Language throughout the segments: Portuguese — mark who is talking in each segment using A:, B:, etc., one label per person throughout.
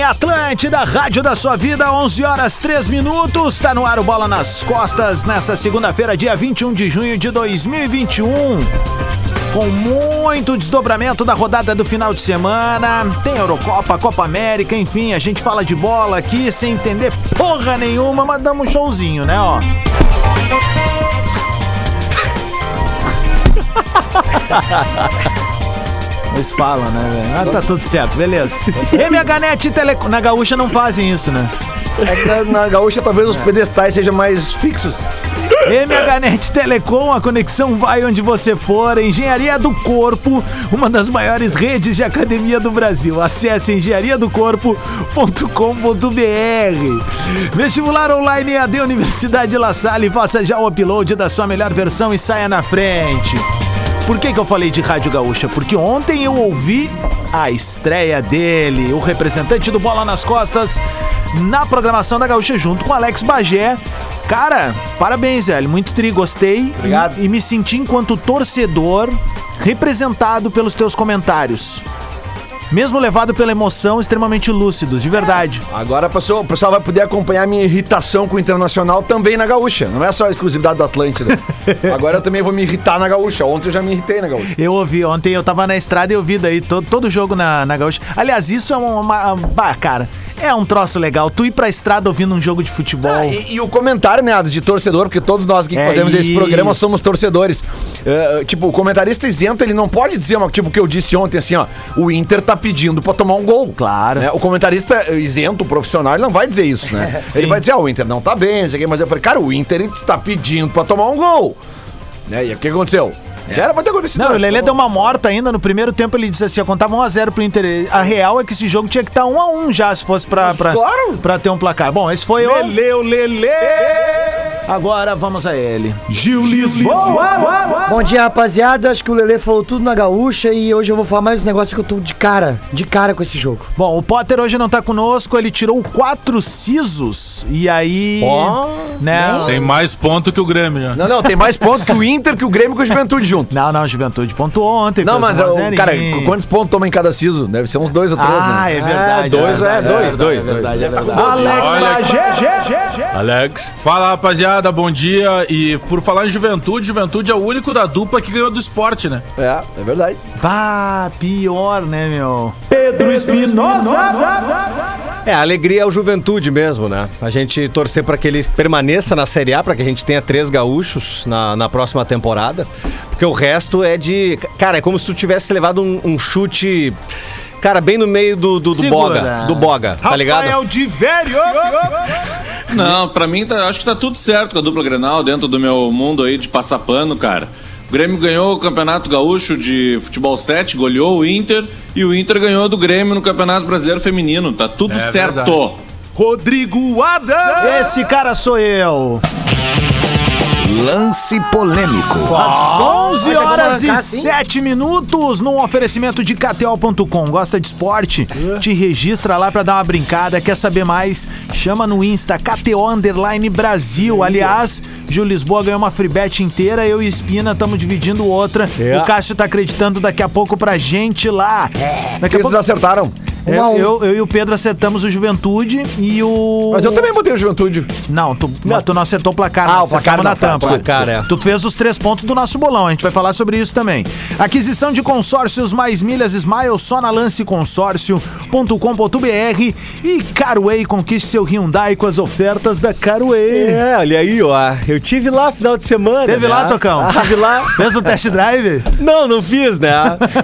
A: site da Rádio da Sua Vida, 11 horas 3 minutos. Tá no ar o Bola nas Costas, nessa segunda-feira, dia 21 de junho de 2021 com muito desdobramento da rodada do final de semana. Tem Eurocopa, Copa América, enfim, a gente fala de bola aqui sem entender porra nenhuma, mas damos um showzinho, né, ó. Eles falam, né, velho? Ah, tá tudo certo, beleza. MHNet e Telecom. Na Gaúcha não fazem isso, né?
B: É que na, na gaúcha talvez os pedestais sejam mais fixos.
A: MHNet Telecom, a conexão vai onde você for. Engenharia do Corpo, uma das maiores redes de academia do Brasil. Acesse engenhariadocorpo.com.br. Vestibular online AD Universidade La Salle. Faça já o upload da sua melhor versão e saia na frente. Por que, que eu falei de Rádio Gaúcha? Porque ontem eu ouvi a estreia dele, o representante do Bola nas Costas, na programação da Gaúcha, junto com Alex Bagé. Cara, parabéns, velho. Muito tri, gostei.
B: Obrigado.
A: E, e me senti, enquanto torcedor, representado pelos teus comentários. Mesmo levado pela emoção, extremamente lúcidos, de verdade.
B: Agora o pessoal, o pessoal vai poder acompanhar a minha irritação com o Internacional também na Gaúcha. Não é só a exclusividade do Atlântida. Agora eu também vou me irritar na Gaúcha. Ontem eu já me irritei na Gaúcha.
A: Eu ouvi ontem, eu tava na estrada e eu vi daí todo, todo jogo na, na gaúcha. Aliás, isso é uma, uma- bah, cara, é um troço legal. Tu ir pra estrada ouvindo um jogo de futebol.
B: Ah, e, e o comentário, né, Adas, de torcedor, porque todos nós que
A: É
B: fazemos esse
A: isso.
B: programa somos torcedores. É, tipo, o comentarista isento, ele não pode dizer, uma, tipo, o que eu disse ontem, assim, ó, o Inter tá pedindo pra tomar um gol.
A: Claro.
B: Né? O comentarista eh, isento, profissional, ele não vai dizer isso, né?
A: Sim.
B: ele vai dizer, ah, o Inter não tá bem, não sei o quê, mas eu falei, cara, o Inter ele está pedindo pra tomar um gol. Né? E o que aconteceu? Era pra ter acontecido.
A: É. Não, o
B: antes,
A: Lelê
B: tá
A: deu
B: bom.
A: uma morta ainda. No primeiro tempo ele disse assim: ó, contava 1x0 pro Inter. A real é que esse jogo tinha que estar 1x1 já, se fosse pra,
B: Mas
A: pra,
B: claro.
A: pra ter um placar. Bom, esse foi o.
B: Lelê, o Lelê!
A: Agora vamos a ele.
B: Gil Lisboa!
C: Bom dia, rapaziada. Acho que o Lelê falou tudo na gaúcha e hoje eu vou falar mais um negócio que eu tô de cara, de cara com esse jogo.
A: Bom, o Potter hoje não tá conosco, ele tirou quatro sisos. E aí. né?
D: Tem mais ponto que o Grêmio já.
B: Não, não, tem mais ponto que o Inter, que o Grêmio, que o Juventude junto.
A: Não, não, Juventude pontuou ontem.
B: Não,
A: fez
B: mas,
E: é
A: 1 a
B: o
A: 0
B: cara,
A: em-
B: quantos pontos toma em cada siso? Deve ser uns dois ou três,
A: Ah,
B: né?
A: é verdade.
B: dois, é,
A: verdade,
B: dois, dois,
A: É verdade, é
B: dois.
A: verdade.
D: Alex
B: Bagé!
D: Alex. Fala rapaziada, bom dia. E por falar em juventude, juventude é o único da dupla que ganhou do esporte, né?
B: É, é verdade.
A: Bah, pior, né, meu?
E: É, a alegria é o juventude mesmo, né? A gente torcer para que ele permaneça na Série A, para que a gente tenha três gaúchos na, na próxima temporada. Porque o resto é de. Cara, é como se tu tivesse levado um, um chute. Cara, bem no meio do, do, do
A: Segura.
E: boga. Do boga, tá ligado?
D: de velho!
F: Não, pra mim tá- acho que tá tudo certo com a dupla Grenal dentro do meu mundo aí de passar pano, cara. O Grêmio ganhou o Campeonato Gaúcho de Futebol 7, goleou o Inter e o Inter ganhou do Grêmio no Campeonato Brasileiro Feminino. Tá tudo
D: É
F: certo.
D: verdade. Rodrigo Adam!
A: Esse cara sou eu.
G: Lance polêmico.
A: Às 11
B: é
C: Olha, vamos
A: horas e
C: arrancar assim?
A: 7 minutos num oferecimento de KTO.com. Gosta de esporte?
B: É.
A: Te registra lá pra dar uma brincada. Quer saber mais? Chama no Insta KTO Underline Brasil. Aliás, Gil Lisboa ganhou uma free bet inteira. Eu e Espina estamos dividindo outra.
B: É.
A: O Cássio tá acreditando daqui a pouco pra gente lá. Daqui a
B: Eles
A: pouco.
B: acertaram.
A: É,
C: Um a um.
A: eu, eu e o Pedro acertamos o Juventude e o.
B: Mas eu também botei o Juventude.
A: Não, tu não, tu não acertou o placar.
B: Ah,
A: nós
B: o placar
A: acertamos
B: não, tá,
A: na tampa.
E: placar, é.
A: Tu fez os três pontos do nosso bolão, a gente vai falar sobre isso também. Aquisição de consórcios mais milhas Smile só na lanceconsórcio.com.br e Carway conquiste seu Hyundai com as ofertas da Carway.
E: É, olha aí, ó. Eu tive lá final de semana.
A: Teve
E: né?
A: lá, Tocão?
E: Tive lá.
A: Fez o test drive?
E: Não, não fiz, né?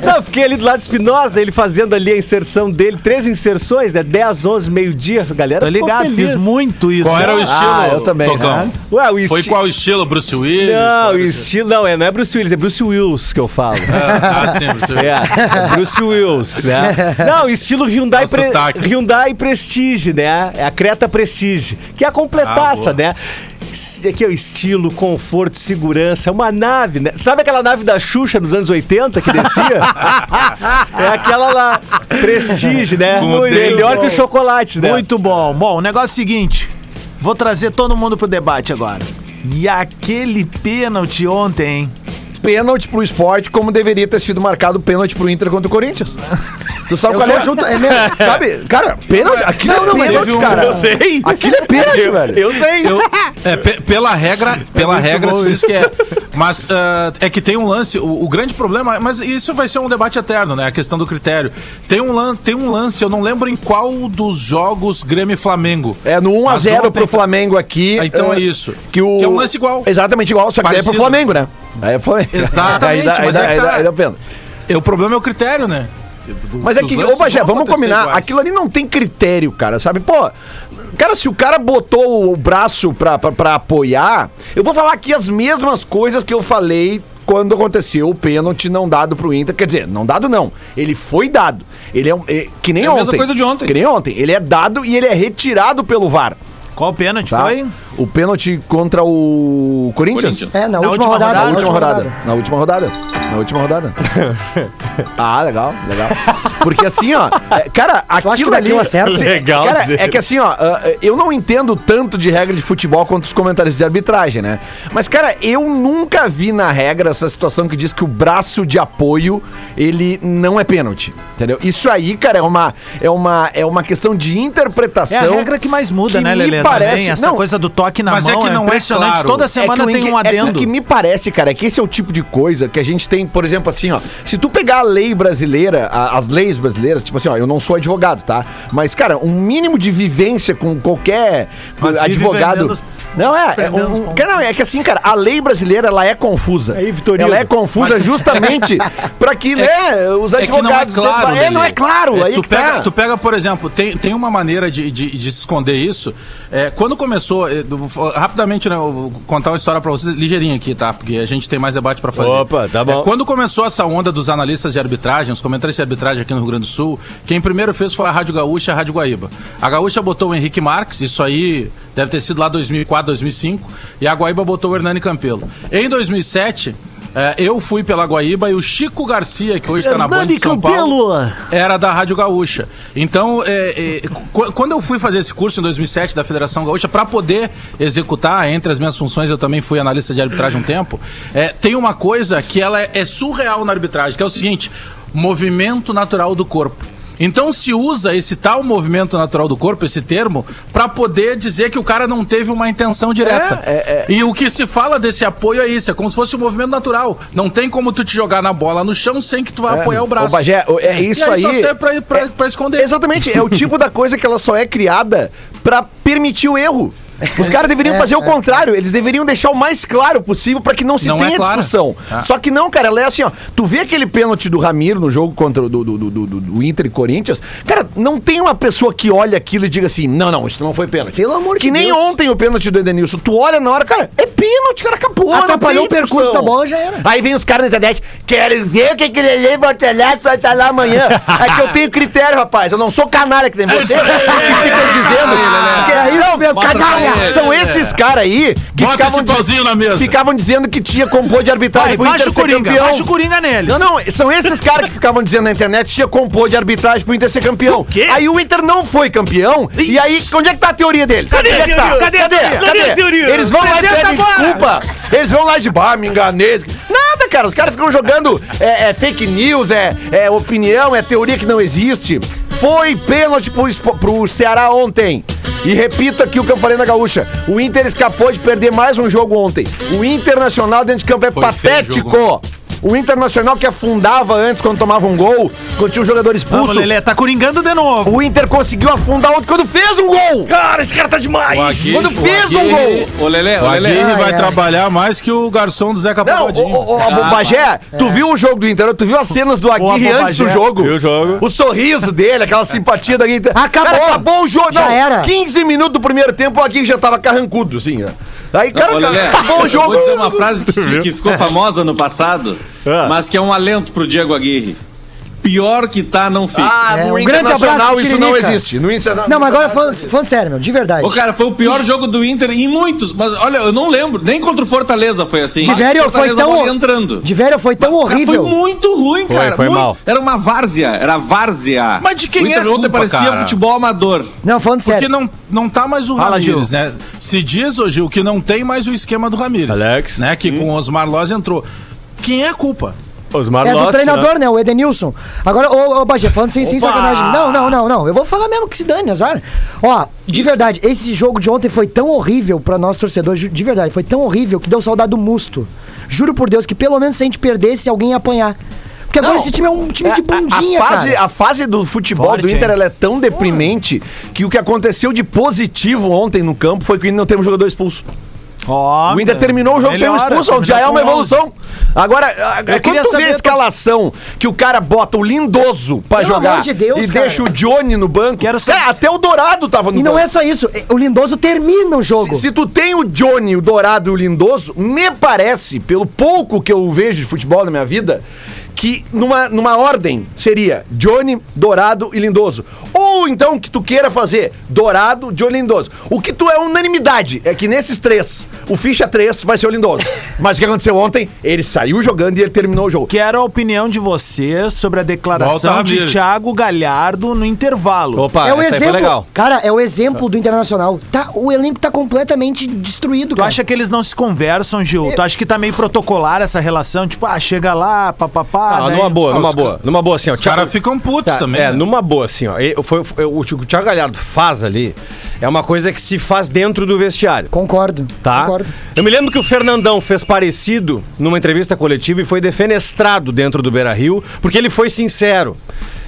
E: Não, fiquei ali do lado de Espinosa, ele fazendo ali a inserção dele, três inserções, né? 10, 11, meio-dia, a galera.
A: Tô
E: ficou
A: ligado,
E: feliz.
A: fiz muito isso.
D: Qual era o estilo?
B: Ah, eu também,
D: Tocão?
B: né?
E: Ué, o
D: Foi
E: esti-
D: qual estilo? Bruce Willis?
E: Não,
D: Qual-
E: o estilo. Não, é, não é Bruce Willis, é Bruce Wills que eu falo.
D: Ah, sim, Bruce Willis.
E: É, é Bruce Wills, né? Não, estilo Hyundai,
D: Nossa,
E: Pre-
D: sotaque.
E: Hyundai Prestige, né? É a Creta Prestige, que é a completaça,
D: Ah, boa.
E: né? S- Aqui é o estilo, conforto, segurança, é uma nave, né? Sabe aquela nave da Xuxa dos anos 80 que descia? é aquela lá, Prestige, né?
D: Com o dedo.
E: Melhor que o chocolate, né?
A: Muito bom. Bom, o negócio é o seguinte: vou trazer todo mundo pro debate agora. E aquele pênalti ontem, hein?
B: pênalti pro esporte, como deveria ter sido marcado pênalti pro Inter contra o Corinthians. Tu sabe
C: Eu
B: qual
C: tô
B: é?
C: junto, é mesmo.
B: Sabe? Cara, pênalti. Aquilo
C: Não, não,
B: é
C: mas
B: pênalti,
C: teve um-
B: cara.
E: Eu sei.
B: Aquilo é pênalti, velho.
E: Eu sei.
D: Eu- é, pe- pela
B: É
D: regra, pela regra se diz que é. Mas ah, é que tem um lance, o, o grande problema, mas isso vai ser um debate eterno, né? A questão do critério. Tem um, lan, tem um lance, eu não lembro em qual dos jogos Grêmio e Flamengo.
B: É no
D: Mas
B: 1x0
D: ontem-
B: pro Flamengo aqui.
D: Ah, então
B: eh,
D: é isso.
B: Que, o...
D: Que é um lance igual.
B: Exatamente igual, só que daí é pro
D: Parecido.
B: Flamengo, né? Aí é pro Flamengo.
D: Exatamente,
B: Aí dá, aí
D: mas
B: dá,
D: é que
B: aí dá,
D: tá.
B: aí dá pênalti.
D: É, o problema é o critério, né? Do-
B: Mas é
D: dos
B: que, ô
D: lances
B: Bagé,
D: vão
B: vamos
D: acontecer
B: combinar.
D: iguais.
B: Aquilo ali não tem critério, cara, sabe? Pô, cara, se o cara botou o braço pra, pra, pra apoiar, eu vou falar aqui as mesmas coisas que eu falei quando aconteceu o pênalti não dado pro Inter. Quer dizer, não dado não. Ele foi dado. Ele é, um- é- que nem
F: É a
B: ontem.
F: mesma coisa de ontem.
B: Que nem ontem. Ele é dado e ele é retirado pelo VAR.
A: Qual pênalti
B: Tá?
A: foi?
B: O pênalti contra o Corinthians.
F: Corinthians.
C: É, na, última,
A: última
C: rodada.
B: Na
A: rodada,
C: na
B: última rodada. Na última rodada. Na última rodada. ah, legal, legal. Porque assim, ó, é, cara,
C: Tu acha
B: aquilo
C: que
B: ali.
C: daqui eu acerto?
E: Legal
B: Cara,
E: dizer.
B: é que assim, ó, ah, eu não entendo tanto de regra de futebol quanto os comentários de arbitragem, né? Mas, cara, eu nunca vi na regra essa situação que diz que o braço de apoio, ele não é pênalti. Entendeu? Isso aí, cara, é uma, é uma, é uma questão de
A: É
B: interpretação.
A: a regra que mais muda,
B: que
A: né,
B: me
A: Lelê?
B: parece-
A: também, Essa
B: não. é
A: coisa do toque na
D: Mas é
A: mão
D: que
A: é,
D: não é
A: impressionante.
D: claro.
A: Toda semana
B: É que o
A: tem
B: Inter-
A: um adendo.
B: É que o que me parece, cara, é que esse é o tipo de coisa que a gente tem, por exemplo, assim, ó. Se tu pegar a lei brasileira, a- as leis brasileiras, tipo assim, ó, eu não sou advogado, tá? Mas, cara, um mínimo de vivência com qualquer
A: Mas vive
B: advogado.
A: vendendo os-
B: Não, é. é
A: vendendo os
B: um- um-
A: pontos.
B: cara, não, é que assim, cara, a lei brasileira, ela é confusa.
E: Aí, Vitorino.
B: ela é confusa justamente pra que, né, os
D: É que não é
B: advogados.
D: claro.
B: é, não é
D: Lelê.
B: claro.
D: É,
B: aí
D: tu,
B: que
D: pega,
B: tá.
D: tu pega, por exemplo, tem, tem uma maneira de, de, de se esconder isso. É, quando começou, eh, eu vou fa- rapidamente, né, eu vou contar uma história pra vocês, ligeirinha aqui, tá? Porque a gente tem mais debate pra fazer.
E: Opa, tá bom.
D: É, quando começou essa onda dos analistas de arbitragem, os comentaristas de arbitragem aqui no Rio Grande do Sul, quem primeiro fez foi a Rádio Gaúcha e a Rádio Guaíba. A Gaúcha botou o Henrique Marques, isso aí deve ter sido lá 2004, 2005, e a Guaíba botou o Hernani Campelo. Em 2007... eh, eu fui pela Guaíba e o Chico Garcia, que hoje está tá na Band
A: Hernani
D: de São
A: Campelo.
D: Paulo, era da Rádio Gaúcha. Então, é, é, qu- quando eu fui fazer esse curso em 2007 da Federação Gaúcha, para poder executar, entre as minhas funções, eu também fui analista de arbitragem um tempo, é, tem uma coisa que ela é, é surreal na arbitragem, que é o seguinte, movimento natural do corpo. Então se usa esse tal movimento natural do corpo, esse termo, para poder dizer que o cara não teve uma intenção direta. E o que se fala desse apoio é isso, é como se fosse um movimento natural. Não tem como tu te jogar na bola no chão sem que tu
E: É.
D: vá apoiar o braço.
B: Ô, Bagé, o- é
D: E
B: isso
D: aí só serve pra- pra-
B: é-
D: pra esconder.
B: Exatamente, é o tipo da coisa que ela só é criada pra permitir o erro. Os caras deveriam
C: É,
B: fazer o contrário, eles deveriam deixar o mais claro possível pra que não se
D: Não é
B: tenha
D: clara.
B: discussão.
D: Ah.
B: Só que não, cara, ela é assim, ó. Tu vê aquele pênalti do Ramiro no jogo contra o do, do, do- do- do- do Inter e Corinthians, cara, não tem uma pessoa que olha aquilo e diga assim, não, não, isso não foi pênalti.
C: Pelo amor
B: que
C: de
B: nem
C: Deus.
B: ontem o pênalti do Edenilson, tu olha na hora, cara, é pênalti, cara, acabou. não
C: Atrapalhou
B: tem
C: o percurso
B: discussão.
C: da bola, já era.
B: Aí vem os caras na internet, quero ver o que aquele Lelê Bortolassi vai falar amanhã. É que eu tenho critério, rapaz. Eu não sou canalha que nem
A: É
B: você. que ficam dizendo. que é isso, meu,
F: Bota
B: canalha.
F: pra ele,
B: São
F: Lelê.
B: esses caras aí que
D: Bota
B: ficavam,
D: esse pauzinho na mesa.
B: ficavam dizendo que tinha compô de
A: Vai,
B: arbitragem pro Inter
A: baixa o
B: ser
A: Coringa,
B: campeão.
A: baixa o Coringa neles.
B: Não, não, são esses caras que ficavam dizendo na internet tinha compô de arbitragem pro Inter ser campeão.
A: quê?
B: Aí o Inter não foi campeão. E aí, onde é que tá a teoria deles?
A: Cadê
B: Onde é
A: a
B: que tá?
A: teoria?
B: Cadê?
A: Cadê a
B: Cadê?
A: teoria? Cadê a teoria?
B: Eles vão lá e
A: Apresenta
B: pedem
A: agora.
B: desculpa. Eles vão lá de bar, me enganei. Nada, cara. Os caras ficam jogando é, é fake news, é, é opinião, é teoria que não existe. Foi pênalti pro, Espo- pro Ceará ontem. E repito aqui o que eu falei na Gaúcha. O Inter escapou de perder mais um jogo ontem. O Internacional dentro de campo é
D: Foi
B: patético.
D: feio
F: né?
B: O Internacional que afundava antes quando tomava um gol, quando tinha um jogador expulso.
A: Vamos, Lelê, tá coringando de novo.
B: O Inter conseguiu afundar ontem quando fez um gol.
E: Cara, esse cara tá demais.
F: O Aguirre-
B: Quando fez um
F: Aguirre- Ô, Lelê,
D: O
F: ô, Lelê.
D: Aguirre
C: Ai,
D: vai
C: ai.
D: trabalhar mais que o garçom do Zeca
B: Não,
D: Pagodinho.
B: o, o,
C: Ah, é.
B: Bagé, tu viu o jogo do Inter, tu viu as cenas do Aguirre
A: Abobagé.
B: antes do jogo?
E: Vi o jogo.
B: O sorriso dele, aquela simpatia do Aguirre.
C: Acabou.
B: Cara, acabou o jogo.
C: Já
B: Não,
C: era.
B: 15 minutos do primeiro tempo, o Aguirre já tava carrancudo, assim, né? Aí, cara,
F: Ô, Lelé,
B: acabou o
F: eu Vou dizer
B: jogo.
F: uma frase que, se- que ficou famosa no passado,
E: Ah.
F: mas que é um alento pro Diego Aguirre. Pior que tá, não fica.
B: Ah,
C: É,
B: no
C: um grande abraço
B: Internacional
C: pro
B: isso não
C: Tiririca.
B: existe. No Internacional.
C: Não, mas agora falando, falando sério, meu, de verdade.
F: Ô, cara, foi o pior jogo do Inter em muitos. Mas olha, eu não lembro. Nem contra o Fortaleza foi assim.
C: de
F: Mas
C: velho
F: o
C: foi
F: Fortaleza
D: então,
C: tão.
F: bola entrando.
C: De velho foi tão
F: Cara,
C: horrível.
F: Foi muito ruim,
E: Foi,
F: cara.
E: foi
F: muito...
E: mal.
F: Era uma várzea. Era várzea.
D: Mas de quem
F: o Inter
D: é a
F: ontem
D: culpa,
F: parecia
D: cara?
F: futebol amador.
C: Não, falando
D: Porque
C: sério.
D: não, não tá mais o
A: Fala,
D: Ramires,
A: Gil.
D: né? Se diz, ô Gil, que não tem mais o esquema do Ramires.
E: Alex.
D: Né? Que com o Osmar Loz entrou. Que quem é a culpa?
E: Osmar
C: É do
E: Lost,
C: treinador, né? O Edenilson. Agora, ô, ô Bagé, falando sem, sem sacanagem. Não, não, não, não. Eu vou falar mesmo que se dane, azar. Ó, de verdade, esse jogo de ontem foi tão horrível pra nós torcedores, ju- de verdade, foi tão horrível que deu saudade do musto. Juro por Deus que pelo menos se a gente perdesse, alguém ia apanhar. Porque agora
B: Não.
C: esse time é um time de
B: É, a-
C: bundinha,
B: a, fase,
C: cara.
B: a fase do futebol
D: Forte,
B: do Inter
D: hein?
B: ela é tão deprimente que o que aconteceu de positivo ontem no campo foi que o Inter não teve um jogador expulso.
A: Ó,
B: o Inter terminou o jogo sem um
A: melhora,
B: expulso, já é
A: terminou
B: uma
A: com
B: evolução. Agora, a- a- quando
C: queria
B: tu vê
C: saber
B: a
C: do-
B: escalação que o cara bota o lindoso pra
C: Pelo
B: jogar
C: amor de Deus,
B: e
C: cara.
B: deixa o Johnny no banco,
A: Quero saber-
B: Cara, até o Dourado tava no
C: E
B: banco.
C: não é só isso. é- O Lindoso termina o jogo.
B: Se, se tu tem o Johnny, o Dourado e o Lindoso, me parece, pelo pouco que eu vejo de futebol na minha vida, que numa, numa ordem seria Johnny, Dourado e Lindoso. Ou então que tu queira fazer Dourado, Johnny e Lindoso. O que tu é unanimidade é que nesses três, o ficha 3 vai ser o Lindoso. Mas o que aconteceu ontem? Ele saiu jogando e ele terminou o jogo.
A: Quero a opinião de você sobre a
D: Volta,
A: declaração de
D: Ramires.
A: Thiago Galhardo no intervalo.
E: Opa,
C: é
E: essa
C: o
E: aí
C: exemplo,
E: foi legal.
C: cara, é o exemplo do Internacional. Tá, o elenco tá completamente destruído,
A: Tu
C: cara.
A: acha que eles não se conversam, Gil? Tu acha que tá meio protocolar essa relação? Tipo, ah, chega lá, papapá.
E: Ah,
A: né?
E: numa boa,
D: Ah,
E: numa
D: os
E: boa.
D: ca-
E: Numa boa, assim, ó.
D: Os caras ficam putos
E: Tá,
D: também.
E: É,
D: né?
E: numa boa, assim, ó. E foi, foi- o que o Thiago Galhardo faz ali é uma coisa que se faz dentro do vestiário,
C: Concordo.
E: tá?
C: Concordo.
E: Eu me lembro que o Fernandão fez parecido numa entrevista coletiva e foi defenestrado dentro do Beira Rio, porque ele foi sincero.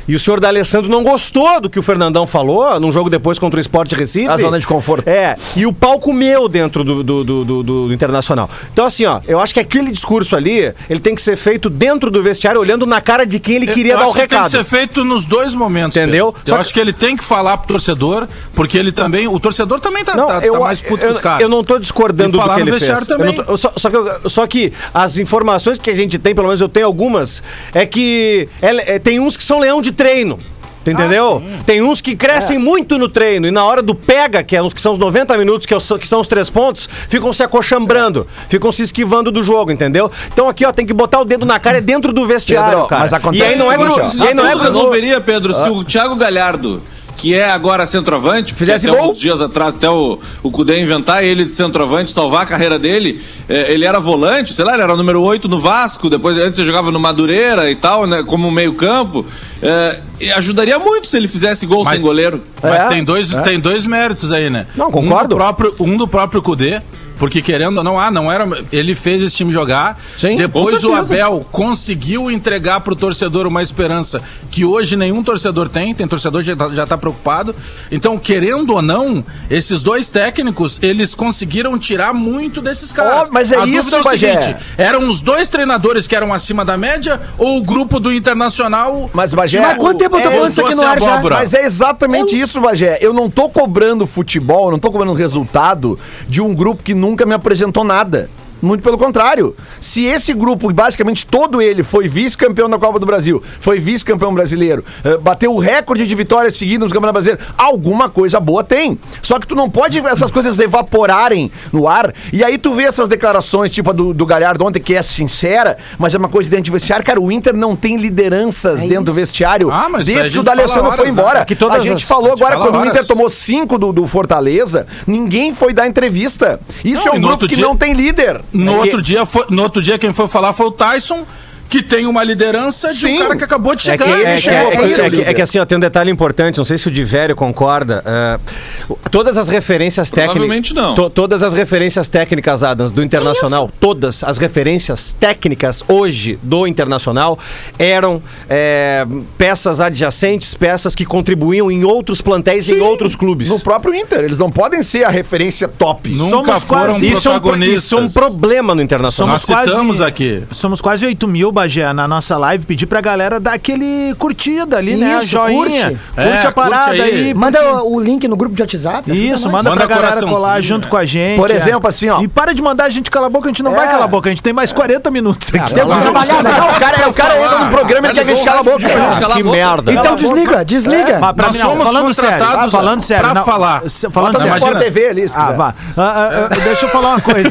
E: E o senhor D'Alessandro não gostou do que o Fernandão falou num jogo depois contra o Sport Recife.
B: A zona de conforto.
E: É, e o palco meu dentro do, do, do- do- do Internacional. Então, assim, ó, eu acho que aquele discurso ali, ele tem que ser feito dentro do vestiário, olhando na cara de quem ele
D: Eu-
E: queria
D: eu
E: dar o
D: acho que Tem
E: recado.
D: que ser feito nos dois momentos.
E: Entendeu?
D: Pedro.
E: Só
D: Eu
E: que-
D: acho que ele tem que falar pro torcedor, porque ele também. O torcedor também tá,
E: Não,
D: tá- tá
E: eu,
D: mais puto
E: eu,
D: que os caras.
E: eu não tô
D: E
E: discordando do
D: falar
E: que
D: no
E: ele fez.
D: vestiário
E: Eu não
D: também.
E: tô- eu só, só que eu- só que as informações que a gente tem, pelo menos eu tenho algumas, é que ela- é, tem uns que são leão de treino. tu Entendeu?
D: Ah,
E: tem uns que
D: É.
E: crescem muito no treino e na hora do pega, que, é, os- que são os 90 minutos, que, é o- que são os três pontos, ficam se acochambrando,
D: É.
E: ficam se esquivando do jogo, entendeu? Então aqui, ó, tem que botar o dedo na cara, é dentro do vestiário,
B: Pedro,
E: cara.
B: mas acontece
E: e aí não é
B: o seguinte,
E: pro,
B: ó.
E: e aí não é Ah.
F: Tudo
E: pro
F: resolveria, Pedro, se o Thiago Galhardo, que é agora centroavante,
B: Fizesse
F: até
B: gol?
F: uns dias atrás, até o, o Cudê inventar ele de centroavante, salvar a carreira dele, eh, ele era volante, sei lá, ele era número 8 no Vasco, depois antes ele jogava no Madureira e tal, né, como meio-campo. eh, e ajudaria muito se ele fizesse gol
D: Mas-
F: sem goleiro.
D: Mas
B: É,
D: tem, dois, tem dois méritos aí, né?
E: Não, concordo.
D: Um do próprio, um do próprio Kudê, porque querendo ou não, ah, não era. Ele fez esse time jogar.
B: Sim,
D: Depois
F: com
D: o
F: certeza.
D: Abel conseguiu entregar pro torcedor uma esperança que hoje nenhum torcedor tem. Tem torcedor que já tá, já tá preocupado. Então, querendo ou não, esses dois técnicos, eles conseguiram tirar muito desses caras.
B: Ó, mas é
D: A dúvida
B: isso,
D: o
B: Bagé.
D: seguinte, eram os dois treinadores que eram acima da média ou o grupo do Internacional?
B: Mas, Bagé,
C: Mas quanto tempo eu tô
B: é
C: falando isso aqui no
D: doce
C: ar já?
D: abóbora.
B: Mas é exatamente isso, Bagé. Eu não tô cobrando futebol, eu não tô cobrando resultado de um grupo que nunca me apresentou nada. Muito pelo contrário. Se esse grupo, basicamente todo ele, foi vice-campeão da Copa do Brasil, foi vice-campeão brasileiro, eh, bateu o recorde de vitórias seguidas no Campeonato Brasileiro, alguma coisa boa tem. Só que tu não pode essas coisas evaporarem no ar. E aí tu vê essas declarações, tipo a do, do Galhardo ontem, que é sincera, mas é uma coisa dentro do vestiário. Cara, o Inter não tem lideranças
C: É
B: dentro do
C: isso.
B: vestiário
D: Ah, mas a
B: desde
D: gente
B: que o D'Alessandro
D: fala
B: foi
D: horas, né?
B: embora.
D: É que
B: a
D: todas
B: gente
D: as-
B: falou
D: a gente
B: agora,
D: fala
B: quando o Inter
D: horas.
B: tomou cinco do, do Fortaleza, ninguém foi dar entrevista. Isso
D: Não,
B: é
D: e
B: um
D: no
B: grupo
D: outro
B: que
D: dia-
B: não tem líder.
D: No
B: É que-
D: outro dia, foi- no outro dia quem foi falar foi o Tyson, que tem uma liderança de
B: Sim.
D: um cara que acabou de
E: É que,
D: chegar.
E: é, que- é,
B: Tá chegou pra
E: que-
B: ser
E: é que- é
B: líder.
E: que assim, ó, tem um detalhe importante, não sei se o Divério concorda. é, o- todas as referências técnicas.
F: Provavelmente não.
E: todas as referências técnicas, Adams, do Internacional, todas as referências técnicas hoje do Internacional eram é, peças adjacentes, peças que contribuíam em outros plantéis e em outros clubes.
B: No próprio Inter, eles não podem ser a referência top.
D: Nunca
A: somos
D: foram
A: quase-
E: Isso é, um, pro-
D: protagonistas.
E: isso é um problema no Internacional.
D: Nós citamos aqui.
A: Somos quase 8 mil, Bagé, na nossa live. Pedir pra galera dar aquele curtida ali, né? A
C: Isso,
A: joinha.
C: curte.
A: Curte,
D: É,
A: a parada
D: curte aí.
A: aí.
C: Manda o, o link no grupo de WhatsApp. ajuda
A: Isso,
C: nós.
A: manda,
D: Manda
A: pra galera
D: coraçãozinho,
A: colar junto
D: é.
A: com a gente.
B: Por
A: é.
B: exemplo, assim, ó.
A: E para de mandar a gente calar a boca, a gente não vai calar a boca, a gente tem
D: É.
A: mais 40 minutos aqui. né?
B: Tem alguma
D: Não,
B: trabalhada.
D: não,
B: Não, é um o cara, é- o cara entra no programa e quer que a gente cala a boca.
E: Ah, que merda.
C: Então desliga, desliga.
A: Mas pra
D: Nós
A: mim, não,
D: somos
A: falando sério,
D: contratados
A: ah, falando sério,
D: pra
A: não,
D: falar.
A: se- falando
D: Bota
A: sério,
D: Imagina.
B: TV ali, se
A: Ah,
B: quiser.
A: vá. Ah, ah, ah, deixa eu falar uma coisa.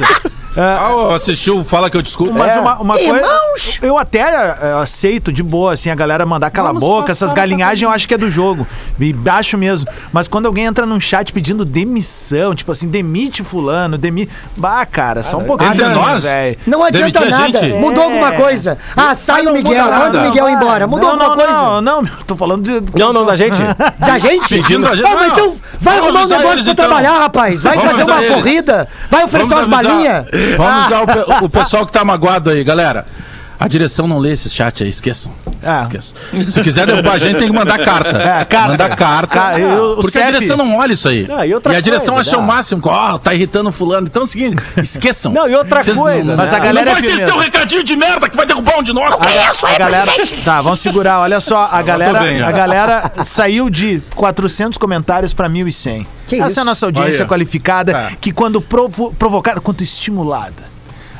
A: Ah,
D: Ah, ô, assistiu, fala que eu É. desculpo.
A: Mas uma, uma coisa.
C: Irmãos!
A: Eu até eh, aceito de boa, assim, a galera mandar cala a boca, essas galinhagens eu acho que é do jogo. E acho mesmo. Mas quando alguém entra num chat pedindo demissão, tipo assim, demite fulano, demite. Bah, cara, só um pouquinho.
D: Entre nós?
A: velho.
C: Não adianta
D: Demitir a
C: nada.
D: gente? É.
C: Mudou alguma coisa. Ah, sai o Miguel,
D: muda
C: manda o
D: nada.
C: Miguel embora. Mudou
A: não, não,
C: alguma coisa?
A: Não, não, meu, tô falando de.
E: Não, não, da gente.
C: Da gente?
D: Ah. Pedindo a gente-
C: Ah, mas
D: não.
C: então
D: Vamos
C: vai arrumar um
D: avisar
C: negócio
D: eles,
C: pra
D: então.
C: trabalhar, rapaz. Vai
D: Vamos
C: fazer uma
D: avisar eles.
C: corrida. Vai oferecer umas
D: avisar-
C: balinhas.
D: Vamos usar o, pe- o pessoal que tá magoado aí, galera. A direção não lê esse chat aí, esqueçam.
A: Ah.
D: Esqueçam. Se quiser derrubar a gente, tem que mandar carta.
A: É, carta.
D: Mandar carta.
A: Ca- eu- o
D: porque a
A: CEP-
D: direção não olha isso aí.
E: Ah,
D: e,
E: e outra
D: a direção
E: coisa,
D: acha o
E: né?
D: máximo. Ó, tá irritando fulano. Então é o seguinte, esqueçam.
E: Não, e outra
D: Vocês
E: coisa,
D: Não,
E: né?
A: Mas a galera.
D: não
A: é
D: vai ser esse
A: firmeza.
D: teu recadinho de merda que vai derrubar um de nós,
A: A,
D: cara.
A: a galera, tá, vamos segurar. Olha só, a galera,
D: bem,
A: a
D: né?
A: galera saiu de 400 comentários pra 1.100.
C: Que
A: Essa
C: isso?
A: é a nossa audiência
D: Olha.
A: qualificada,
D: Tá.
A: que quando provo provocada, quanto estimulada.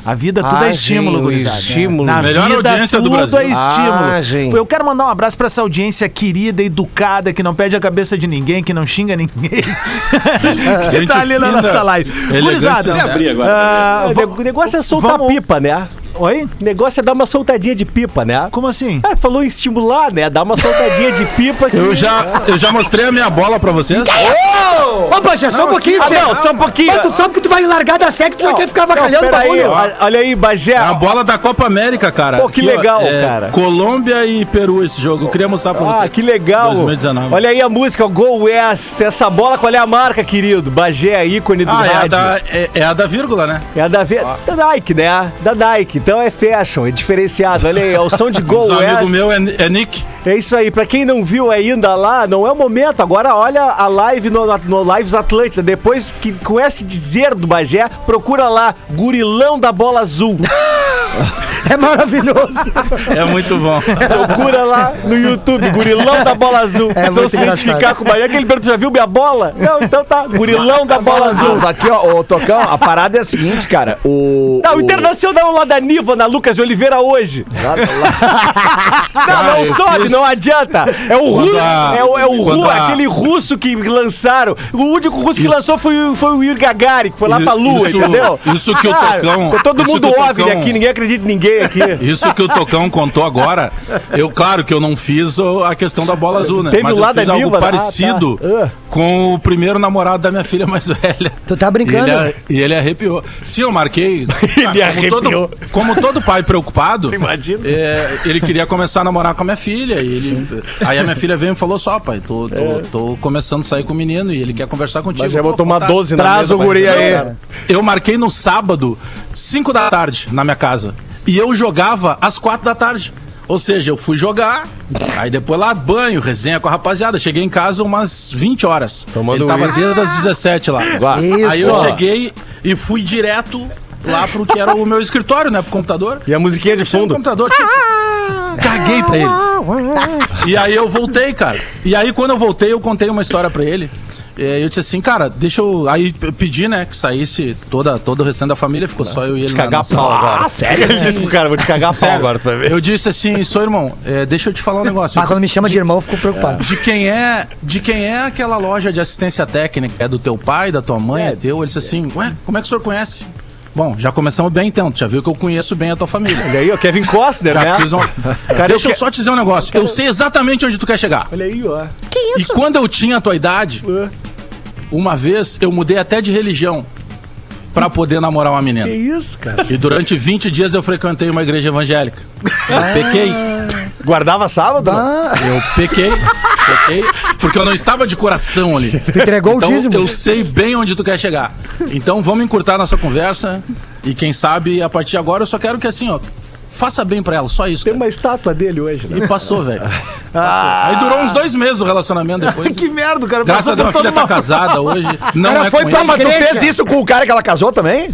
A: A vida tudo
C: Ah,
A: é
E: Agem,
A: estímulo, gurizada.
E: estímulo.
A: Na
D: Melhor
A: vida
D: audiência do
A: tudo
D: Brasil.
A: é estímulo.
C: Ah,
E: Agem.
A: Eu quero mandar um abraço pra essa audiência querida, educada, que não perde a cabeça de ninguém, que não xinga ninguém. que tá ali na
D: fina,
A: nossa live.
D: elegante,
A: Gurizada,
D: né?
F: Abri É, agora.
A: ah,
E: O
A: vo-
E: nego- negócio é soltar
A: vamos-
E: pipa, né?
A: Oi?
E: O negócio é dar uma soltadinha de pipa, né?
A: Como assim?
E: Ah, falou em estimular, né? Dar uma soltadinha de pipa. que-
D: Eu já, eu já mostrei a minha bola pra vocês.
C: Ô, Baixa, só um pouquinho,
E: Ah,
C: tchê.
E: não, só um pouquinho.
C: Mas tu sabe que tu vai largar da SEC, tu já quer ficar
E: Não,
C: avacalhando o
E: pera aí,
C: bagulho.
E: ó. olha aí, Bagé.
D: É a bola da Copa América, cara.
E: Pô, que
D: Aqui, ó, é
E: legal, cara.
D: Colômbia e Peru esse jogo. Eu queria mostrar pra vocês.
E: Ah, que legal.
D: 2019.
E: Olha aí a música, o Go West. Essa bola, qual é a marca, querido? Bagé, ícone do
D: Ah, é a,
E: rádio.
D: da, é, é a da vírgula, né?
E: É a da, ve- da Nike, né? Da Nike. Então é fashion, é diferenciado. Olha aí, é o som de Go
D: Um amigo
E: West.
D: meu é, é Nick.
E: É isso aí. Pra quem não viu ainda lá, não é o momento. Agora olha a live no, no Lives Atlântida. Depois que conhece dizer do Bagé, procura lá, Gurilão da Bola Azul.
C: É maravilhoso.
D: É muito bom.
E: Procura lá no YouTube, Gurilão da Bola Azul.
C: É
E: Se eu
C: muito
E: se
C: engraçado.
E: identificar com o Bahia, que ele pergunta, já viu minha bola? Não, então tá, Gurilão da Bola Azul.
B: Mas aqui, ó, ô, Tocão, a parada é a seguinte, cara. O.
E: Não,
B: o-
E: o Internacional lá da Niva, na Lucas de Oliveira hoje.
B: Lá- lá-
E: Não, não
D: eu
E: sobe,
D: fiz-
E: não adianta. É o
D: Quando
E: Ru,
D: a-
E: é o, é o
D: quando
E: Ru,
D: a-
E: aquele russo que lançaram. O único russo que
D: Isso.
E: lançou foi, o- foi o Yuri Gagarin, que foi lá pra Lua,
D: Isso-
E: entendeu?
D: isso que o Tocão-
E: Ah, todo
D: isso
E: mundo
D: que o
E: OVNI
D: Tocão-
E: aqui, ninguém acredita em ninguém aqui.
D: Isso que o Tocão contou agora, eu claro que eu não fiz o- a questão da bola azul, né?
E: Teve
D: Mas
E: lá
D: eu fiz
E: da
D: algo
E: Niva, né? Ah,
D: parecido
E: tá. Ah.
D: com o primeiro namorado da minha filha mais velha.
C: Tu tá
D: E
C: brincando?
D: ele, a- e ele arrepiou. Sim, eu marquei. ele
E: arrepiou.
D: Todo, como todo pai preocupado, imagina. ele queria começar a namorar com a minha filha. E ele- aí a minha filha veio e falou: só, pai, tô, tô- tô começando a sair com o menino e ele quer conversar contigo.
E: É. Mas já
D: Pô,
E: botou uma
D: fantástico.
E: 12 na mesa pra gente.
D: Não, Eu marquei no sábado, 5 da tarde, na minha casa. E eu jogava às 4 da tarde. Ou seja, eu fui jogar, aí depois lá banho, resenha com a rapaziada. Cheguei em casa umas 20 horas.
E: Tomando
D: Ele tava
E: uísque.
D: desde as 17 lá. Aí eu
C: Isso.
D: cheguei e fui direto lá pro que era o meu escritório, né? Pro computador.
E: E a musiquinha de
D: Tinha um
E: fundo.
D: computador, tipo, caguei pra ele. E aí eu voltei, cara. E aí quando eu voltei, eu contei uma história pra ele. É, Eu disse assim, cara, deixa eu. Aí eu pedi, né, que saísse toda, todo o restante da família, ficou só eu e ele. na- na
E: Cagar
D: sala.
E: pau agora. Ah, sério? Ele disse pro cara, vou te cagar pau
D: Sério.
E: agora, tu vai ver.
D: Eu disse assim, sou irmão, é, deixa eu te falar um negócio.
C: Ah, quando me chama de irmão, eu fico preocupado.
D: De quem é, de quem é aquela loja de assistência técnica? É do teu pai, da tua mãe, é, teu? Ele disse assim, ué, como é que o senhor conhece? Bom, já começamos bem então, tu já viu que eu conheço bem a tua família.
E: E aí, ó, Kevin Costner,
D: Já
E: né?
D: fiz um-
E: Cara,
D: Deixa eu,
E: eu que-
D: só te dizer um negócio. Eu sei exatamente onde tu quer chegar.
E: Olha aí, ó.
D: E quando eu tinha a tua idade,
E: Ah.
D: uma vez eu mudei até de religião pra poder namorar uma menina.
E: Que isso, cara?
D: E durante 20 dias eu frequentei uma igreja evangélica. Eu pequei,
E: Guardava sábado?
C: Ah,
D: eu pequei, pequei, porque eu não estava de coração ali.
C: tu entregou
D: Então
C: o dízimo.
D: eu sei bem onde tu quer chegar. Então vamos encurtar nossa conversa e quem sabe a partir de agora eu só quero que assim, ó, faça bem pra ela, só isso.
E: Tem
D: cara.
E: uma estátua dele hoje, né? Ah,
D: E passou, velho. Passou. Aí durou uns dois meses o relacionamento depois.
A: Que merda, o cara.
D: Graças
A: passou
D: a Deus,
A: por
D: a filha
A: toda
D: tá
A: uma-
D: casada hoje. Não
B: Cara,
D: é
B: foi
D: com
B: pra,
D: ele.
B: mas tu
C: Igreja.
B: fez isso com o cara que ela casou também?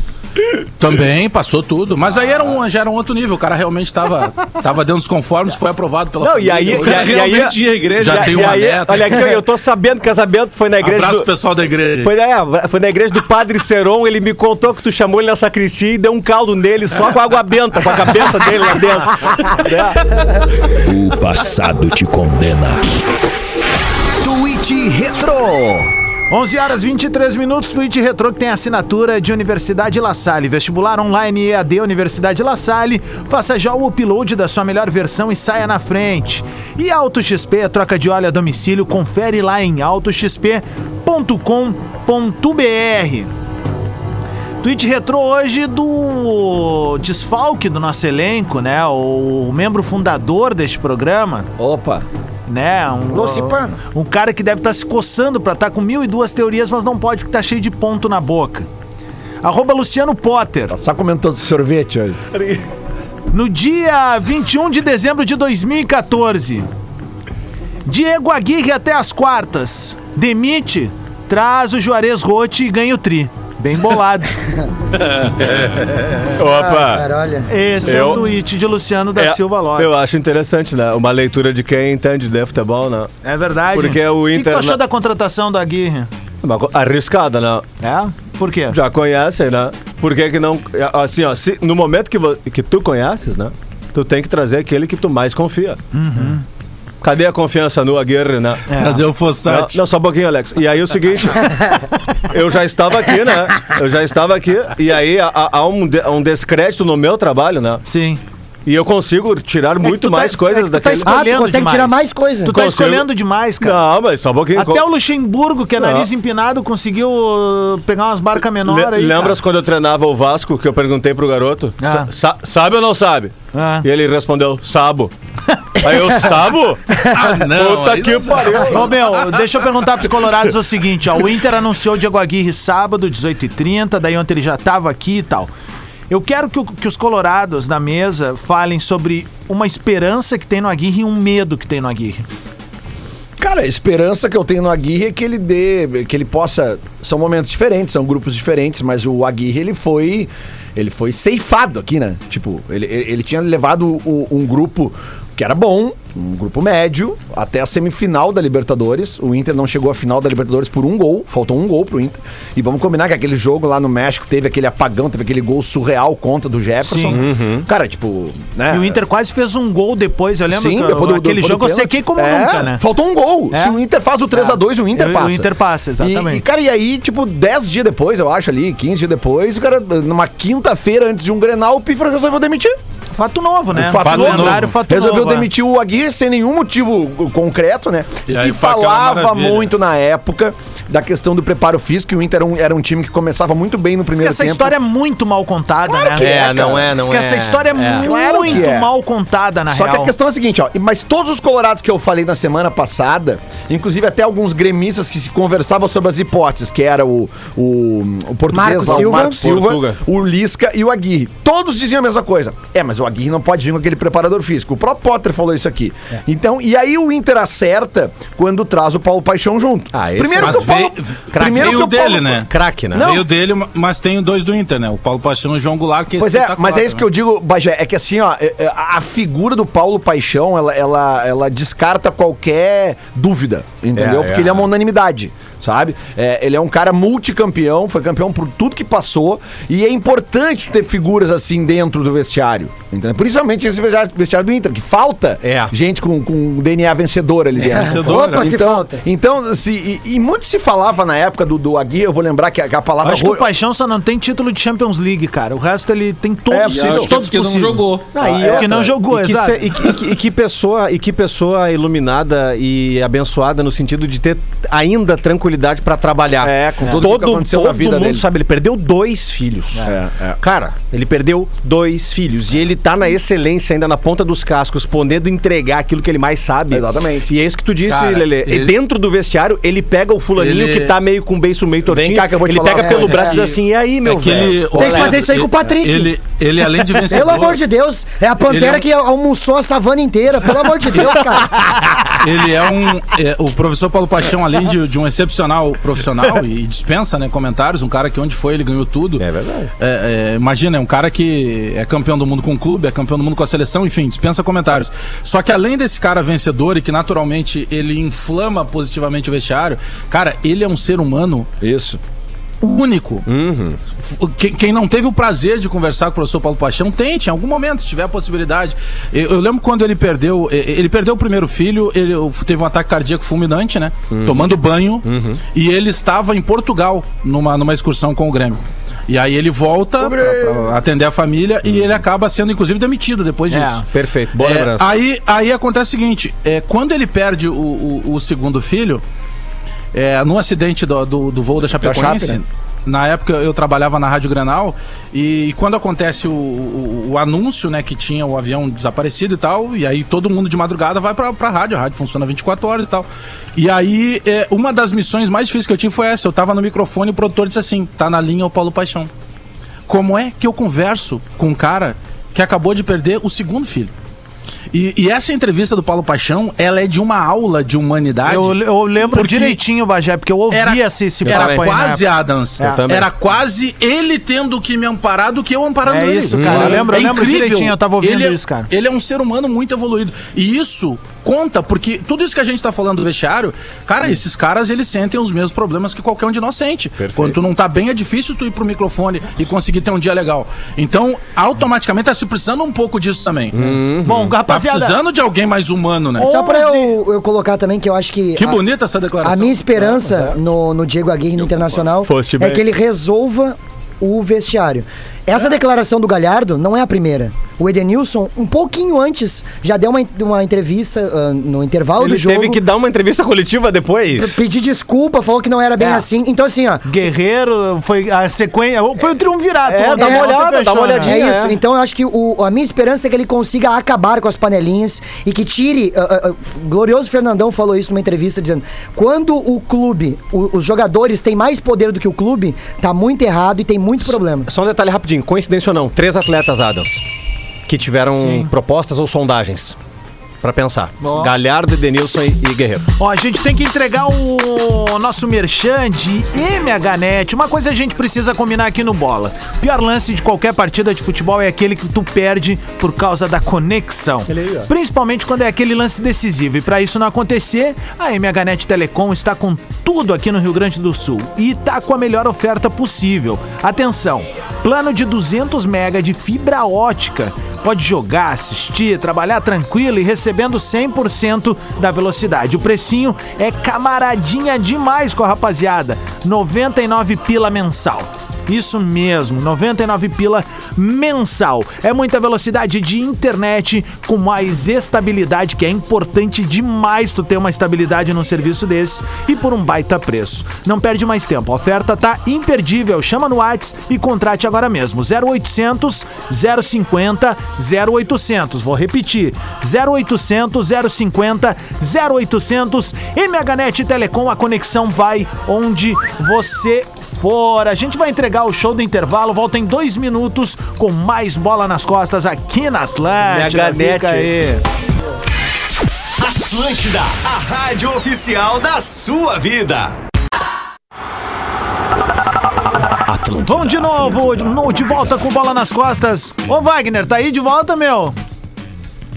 D: Também, passou tudo. Mas aí era um, já era um outro nível. O cara realmente tava, tava dentro dos conformes, foi aprovado pela
E: Não, e aí,
D: família.
E: e aí, e aí,
F: Realmente ia à igreja.
D: Já
E: e
D: tem uma
E: aí,
D: neta.
E: olha aqui, ó, É eu tô sabendo que o casamento foi na igreja
D: Abraço
E: do,
D: pessoal da igreja.
E: foi, é, foi na igreja do Padre Seron, ele me contou que tu chamou ele na sacristia e deu um caldo nele só com água benta, com a cabeça dele lá dentro. Né?
G: Twitch Retro.
A: 11 horas 23 minutos no IT Retro, que tem a assinatura de Universidade La Salle. Vestibular online EAD Universidade La Salle. Faça já o upload da sua melhor versão e saia na frente. E Auto XP, troca de óleo a domicílio, confere lá em autoxp.com.br. Tweet retrô hoje do desfalque do nosso elenco, né? O membro fundador deste programa,
E: Opa.
A: né? Um,
C: Lucipano.
A: um cara que deve estar se coçando pra estar com mil e duas teorias, mas não pode porque tá cheio de ponto na boca. Arroba Luciano Potter.
B: Só Tá comentando sorvete hoje.
A: No dia 21 de dezembro de 2014, Diego Aguirre até as quartas. Demite, traz o Juarez Rote e ganha o tri. Bem bolado.
E: Opa.
C: Ah, Cara, olha.
A: Esse é o
E: Eu-
A: tweet de Luciano da
E: É,
A: Silva Lopes.
E: Eu acho interessante, né? Uma leitura de quem entende de futebol, né?
A: É verdade.
E: Porque o
A: que
E: Inter
A: Que tu achou
E: na-
A: da contratação do Aguirre?
E: Uma co- arriscada, né?
A: É? Por quê?
E: Já conhecem, né? Por que que não... Assim, ó, se- no momento que, vo- que tu conheces, né? Tu tem que trazer aquele que tu mais confia.
A: Uhum.
E: Cadê a confiança no Aguirre, né?
A: É.
D: Fazer o
E: Não,
D: Fossati.
E: não, só um pouquinho, Alex. E aí o seguinte, eu já estava aqui, né? Eu já estava aqui, e aí há, há- há um, de- há um descrédito no meu trabalho, né?
A: Sim.
E: E eu consigo tirar muito
A: tu tá-
E: mais
A: é
E: coisas
A: que tu tá
E: daquele...
A: esco-
C: Ah, tu
A: Escolhendo
C: consegue
A: demais.
C: tirar mais coisa.
A: Tu tá
E: Consigo.
A: escolhendo demais, cara.
E: Não, mas só um pouquinho.
A: Até o Luxemburgo, que é nariz empinado, conseguiu uh, pegar umas barcas
E: Le-
A: menores aí.
E: lembras quando eu treinava o Vasco que eu perguntei pro garoto?
A: Ah.
E: "Sa- sa- sabe ou não sabe?
A: Ah.
E: E ele respondeu, sabo. Aí eu, sabo?
D: Ah, não.
E: Puta
D: aí
E: que
D: não-
E: pariu.
A: Ô meu, deixa eu perguntar pros colorados o seguinte, ó, o Inter anunciou o Diego Aguirre sábado, 18h30, daí ontem ele já tava aqui e tal. Eu quero que, o- que os colorados na mesa falem sobre uma esperança que tem no Aguirre e um medo que tem no Aguirre.
B: Cara, a esperança que eu tenho no Aguirre é que ele dê, que ele possa. São momentos diferentes, são grupos diferentes, mas o Aguirre ele foi, ele foi ceifado aqui, né? Tipo, ele, ele ele tinha levado o- um grupo que era bom, um grupo médio, até a semifinal da Libertadores. O Inter não chegou à final da Libertadores por um gol, faltou um gol pro Inter. E vamos combinar que aquele jogo lá no México teve aquele apagão, teve aquele gol surreal contra do Jefferson. Cara, tipo, né?
A: E o Inter quase fez um gol depois, eu lembro
B: Sim,
A: que
B: depois do,
A: aquele
B: depois do
A: jogo eu
B: pênalti.
A: sequei como
B: É,
A: nunca, né?
B: Faltou um gol.
A: É.
B: Se o Inter faz o 3x2, o
A: E-
B: Inter
A: e
B: passa.
A: o Inter passa, exatamente.
B: E, e, cara, e aí, tipo, 10 dias depois, eu acho ali, 15 dias depois, o cara, numa quinta-feira antes de um Grenal, o Pifra resolveu demitir.
A: Fato novo, né?
B: Fato novo.
A: lendário, fato
B: resolveu
A: novo, é.
B: demitir o Aguirre sem nenhum motivo concreto, né?
D: E
B: Se
D: aí, facão é uma
B: falava
D: maravilha.
B: muito na época da questão do preparo físico, e o Inter era um, era um time que começava muito bem no
A: Diz que
B: primeiro
A: essa
B: tempo.
A: história é muito mal contada, né?
B: que é,
E: É, não é, não
A: Diz que
E: é.
A: essa história é, muito
B: Claro que é.
A: mal contada, na
B: Só
A: real.
B: que a questão é a seguinte, ó. Mas todos os colorados que eu falei na semana passada, inclusive até alguns gremistas que se conversavam sobre as hipóteses, que era o, o, o português
C: Marco
B: lá, o
C: Silva.
B: Marco Silva,
E: Portuga.
B: o Lisca e o Aguirre. Todos diziam a mesma coisa. É, mas o Aguirre não pode vir com aquele preparador físico. O próprio Potter falou isso aqui.
E: É.
B: Então, e aí o Inter acerta quando traz o Paulo Paixão junto.
E: Ah, esse
B: primeiro
E: é
B: que o
D: Mas
B: Paulo...
D: veio,
B: primeiro
D: veio
B: que o Paulo-
D: dele, né?
E: Craque, né?
B: Não.
D: Veio dele, mas tem dois do Inter, né? O Paulo Paixão e o João Goulart. Que
B: Pois é, mas é isso que eu
D: espetacular,
B: digo, Bagé, é que assim, ó, é- é- a figura do Paulo Paixão, ela, ela, ela descarta qualquer dúvida, entendeu?
E: É,
B: Porque
E: é.
B: ele é uma unanimidade, sabe? É, ele é um cara multicampeão, foi campeão por tudo que passou, e é importante ter figuras assim dentro do vestiário, entendeu? Principalmente esse vestiário, vestiário do Inter, que falta
E: É.
B: gente com, com DNA vencedor ali dentro.
D: vencedora.
C: Opa, se falta.
B: Então, se, e, e muito se falava na época do, do Aguirre, eu vou lembrar que a, que a palavra...
A: Acho que o
B: ro-
A: Paixão só não tem título de Champions League, cara. O resto ele tem todos,
B: É,
A: os
F: E
B: possível,
A: títulos,
F: acho que é
A: todos
F: porque
A: possíveis.
F: não jogou.
E: Ah,
A: e outra, não jogou,
E: e que
A: exato.
E: se- e, que, e que- e que pessoa, e que pessoa iluminada e abençoada no sentido de ter ainda tranquilidade pra trabalhar.
B: É, com tudo
E: todo,
B: que aconteceu na
E: todo
B: vida
E: mundo
B: dele.
E: sabe, ele perdeu dois filhos.
B: É, é.
E: Cara, ele perdeu dois filhos e ele tá na excelência ainda na ponta dos cascos, podendo entregar aquilo que ele mais sabe.
B: Exatamente.
E: E é isso que tu disse,
D: Cara,
E: Lele.
D: ele-
E: E dentro do vestiário, ele pega o fulaninho
D: Ele-
E: que tá meio com o beiço meio tortinho,
B: cá que eu vou te
E: ele
B: falar
E: pega
B: uma
E: pelo
B: coisa.
E: braço e
D: É
E: diz assim: "E aí, meu
D: É que
E: velho?"
D: ele,
C: Tem que fazer isso aí com o Patrick.
D: Ele, ele além de vencedor...
C: Pelo amor de Deus, é a pantera
D: Ele é um-
C: que almoçou a savana inteira. Pelo amor de Deus, cara.
D: Ele é um. é, o professor Paulo Paixão, além de, de um excepcional profissional e dispensa né, comentários, um cara que onde foi ele ganhou tudo. É verdade. imagina, é um cara que é campeão do mundo com o clube, é campeão do mundo com a seleção, enfim, dispensa comentários. Só que além desse cara vencedor e que naturalmente ele inflama positivamente o vestiário, cara, ele é um ser humano
B: Isso.
D: único.
E: Uhum.
D: F- que- Quem não teve o prazer de conversar com o professor Paulo Paixão, tente, em algum momento, se tiver a possibilidade. Eu, eu lembro quando ele perdeu, eh, ele perdeu o primeiro filho, ele o- teve um ataque cardíaco fulminante, né?
E: Uhum.
D: Tomando banho. E ele estava em Portugal, numa, numa excursão com o Grêmio. E aí ele volta pra, pra atender a família e ele acaba sendo, inclusive, demitido depois disso.
E: Uhum. Perfeito, boa
D: É,
E: lembrança.
D: Aí, aí acontece o seguinte: é, quando ele perde o, o- o segundo filho, é, num acidente do, do, do voo da Chapecoense.
B: Chape, né?
D: Na época eu trabalhava na Rádio Granal e, quando acontece o, o- o anúncio, né, que tinha o avião desaparecido e tal, e aí todo mundo de madrugada vai pra, pra rádio, a rádio funciona 24 horas e tal. E aí, é, uma das missões mais difíceis que eu tive foi essa. Eu tava no microfone e o produtor disse assim: tá na linha o Paulo Paixão. Como é que eu converso com um cara que acabou de perder o segundo filho? E, e essa entrevista do Paulo Paixão, ela é de uma aula de humanidade.
A: Eu, eu lembro
D: Porque
A: direitinho, Bagé, porque eu ouvi
D: Era,
A: esse, esse
D: era
A: papo aí na
D: quase,
A: época.
D: Adams.
A: Eu
E: também.
D: Era quase ele tendo que me amparar do que eu amparando
A: É
D: ele.
A: isso, cara. Eu lembro- eu lembro direitinho, eu tava ouvindo
D: ele, é-
A: isso, cara.
D: Ele é um ser humano muito evoluído. E isso conta, porque tudo isso que a gente tá falando do vestiário,
A: Hum.
D: cara, esses caras, eles sentem os mesmos problemas que qualquer um de nós sente. Quando tu não tá bem, é difícil tu ir pro microfone e conseguir ter um dia legal. Então, automaticamente tá se precisando um pouco disso também.
A: Bom,
D: Tá
A: rapaziada,
D: precisando de alguém mais humano, né?
C: Só pra eu, eu colocar também que eu acho que.
D: Que
C: a-
D: bonita essa declaração.
C: A minha esperança no, no Diego Aguirre no Internacional
E: né? Foste
C: é
E: bem. É.
C: que ele resolva o vestiário. Essa declaração do Galhardo não é a primeira. O Edenilson, um pouquinho antes, já deu uma, uma entrevista ah, no intervalo
E: Ele
C: do jogo.
E: teve que dar uma entrevista coletiva depois.
C: Pedir desculpa, falou que não era bem
A: É.
C: assim. Então, assim, ó.
A: Guerreiro, foi a sequência. Foi o triunvirato. tá
E: É,
A: ontem,
E: dá uma
A: ontem
E: olhada, dá
A: fechou,
E: uma
A: né?
E: olhadinha.
C: É
E: Tinha,
C: isso.
E: é.
C: Então eu acho que o- a minha esperança é que ele consiga acabar com as panelinhas e que tire. ah, ah, ah, glorioso Fernandão falou isso numa entrevista dizendo: quando o clube, o- os jogadores têm mais poder do que o clube, tá muito errado e tem muito problema.
E: Só um detalhe rapidinho, coincidência ou não, três atletas Adams que tiveram propostas ou sondagens pra pensar. Galhardo, Edenilson e, e Guerreiro.
A: Ó, a gente tem que entregar o nosso merchan de MHNet. Uma coisa a gente precisa combinar aqui no Bola. O pior lance de qualquer partida de futebol é aquele que tu perde por causa da conexão. Principalmente quando é aquele lance decisivo. E para isso não acontecer, a MHNet Telecom está com tudo aqui no Rio Grande do Sul. E tá com a melhor oferta possível. Atenção, plano de 200 mega de fibra ótica. Pode jogar, assistir, trabalhar tranquilo e recebendo 100% da velocidade. O precinho é camaradinha demais com a rapaziada. 99 pila mensal. Isso mesmo, 99 pila mensal. É muita velocidade de internet com mais estabilidade, que é importante demais tu ter uma estabilidade num serviço desse e por um baita preço. Não perde mais tempo, a oferta tá imperdível. Chama no Whats e contrate agora mesmo. 0800 050 0800. Vou repetir. 0800 050 0800. E Meganet Telecom, a conexão vai onde você for. A gente vai entregar o show do intervalo. Volta em dois minutos com mais bola nas costas aqui na Atlântida.
E: Meganet.
A: Fica aí.
G: Atlântida, a rádio oficial da sua vida. Atlântida.
A: Vamos de novo, no- de volta com bola nas costas. Ô Wagner, tá aí de volta, meu?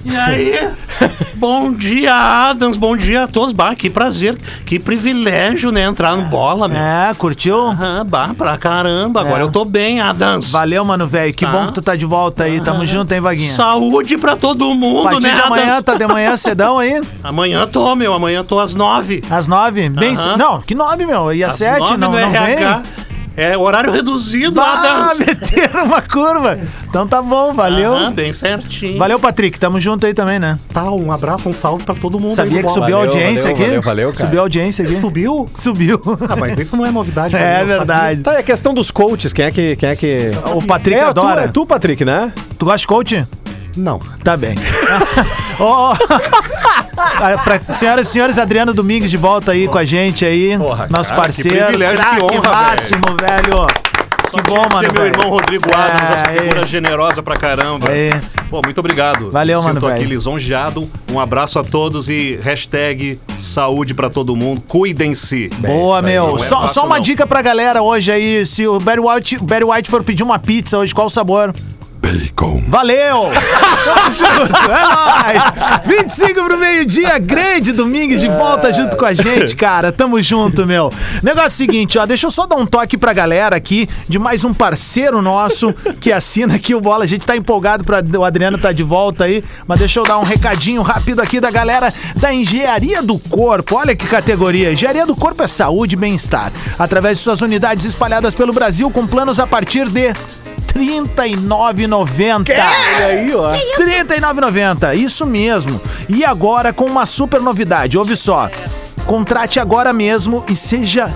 H: E aí? bom dia, Adams. Bom dia a todos. Bah, que prazer, que privilégio, né? Entrar no bola, meu.
A: É, curtiu?
H: Aham, bah, pra caramba. Agora eu tô bem, Adams.
A: Valeu, mano, velho. Que
H: Tá.
A: bom que tu tá de volta aí. Tamo junto, hein, Vaguinha?
H: Saúde pra todo
A: A
H: mundo,
A: partir
H: né,
A: de amanhã,
H: Adams?
A: tá de manhã cedão aí?
H: Amanhã tô, meu. Amanhã tô às nove.
A: Às nove? Bem,
H: Aham.
A: Não, que nove, meu? E às
H: Às
A: Tá sete?
H: nove
A: Não,
H: no
A: não vem?
H: RH. É horário reduzido,
A: Ah,
H: Adams.
A: meteram uma curva. Então tá bom, valeu.
H: Aham, bem certinho.
A: Valeu, Patrick. Tamo junto aí também, né?
H: Tá, um abraço, um salve pra todo mundo.
A: Sabia
H: aí do
A: que
H: bola.
A: subiu a
E: Valeu,
A: audiência
E: valeu,
A: aqui?
E: valeu, valeu, cara.
A: Subiu a audiência aqui?
H: Subiu?
A: Subiu.
H: Ah, mas isso não é novidade. pra mim,
A: É
H: eu sabia.
A: verdade.
E: Tá, e a questão dos coaches, quem é que. Quem é, que...
A: O Patrick
E: é, tu,
A: adora.
E: é tu, Patrick, né?
A: Tu gosta de coach?
H: Não.
A: Tá bem. Ó, ó. Ah, pra- senhoras e senhores, Adriano Domingues de volta aí com a gente aí. nosso parceiro.
H: privilégio, que
A: craque
H: honra,
A: máximo, velho. Que bom,
H: Você,
A: mano.
H: meu
A: velho.
H: irmão Rodrigo Adams,
A: É,
H: essa figura
A: aí.
H: generosa pra caramba.
A: Aí.
H: Pô, muito obrigado.
A: Valeu,
H: Me
A: mano,
H: Sinto aqui
A: velho.
H: lisonjeado. Um abraço a todos e hashtag saúde pra todo mundo. Cuidem-se.
A: Boa, meu.
H: não é
A: só,
H: fácil,
A: só uma
H: não.
A: dica pra galera hoje aí. Se o Barry White, Barry White for pedir uma pizza hoje, qual o sabor?
I: Bacon.
A: Valeu! Tamo junto, é nóis! 25 pro meio-dia, grande Domingues de volta junto com a gente, cara. Tamo junto, meu. Negócio é o seguinte, ó, deixa eu só dar um toque pra galera aqui de mais um parceiro nosso que assina aqui o Bola. A gente tá empolgado, pra, o Adriano tá de volta aí, mas deixa eu dar um recadinho rápido aqui da galera da Engenharia do Corpo. Olha que categoria. Engenharia do Corpo é saúde e bem-estar. Através de suas unidades espalhadas pelo Brasil com planos a partir de... R$ 39,90. Olha aí, ó. R$ 39,90. Isso mesmo. E agora com uma super novidade. Ouve só. Contrate agora mesmo e seja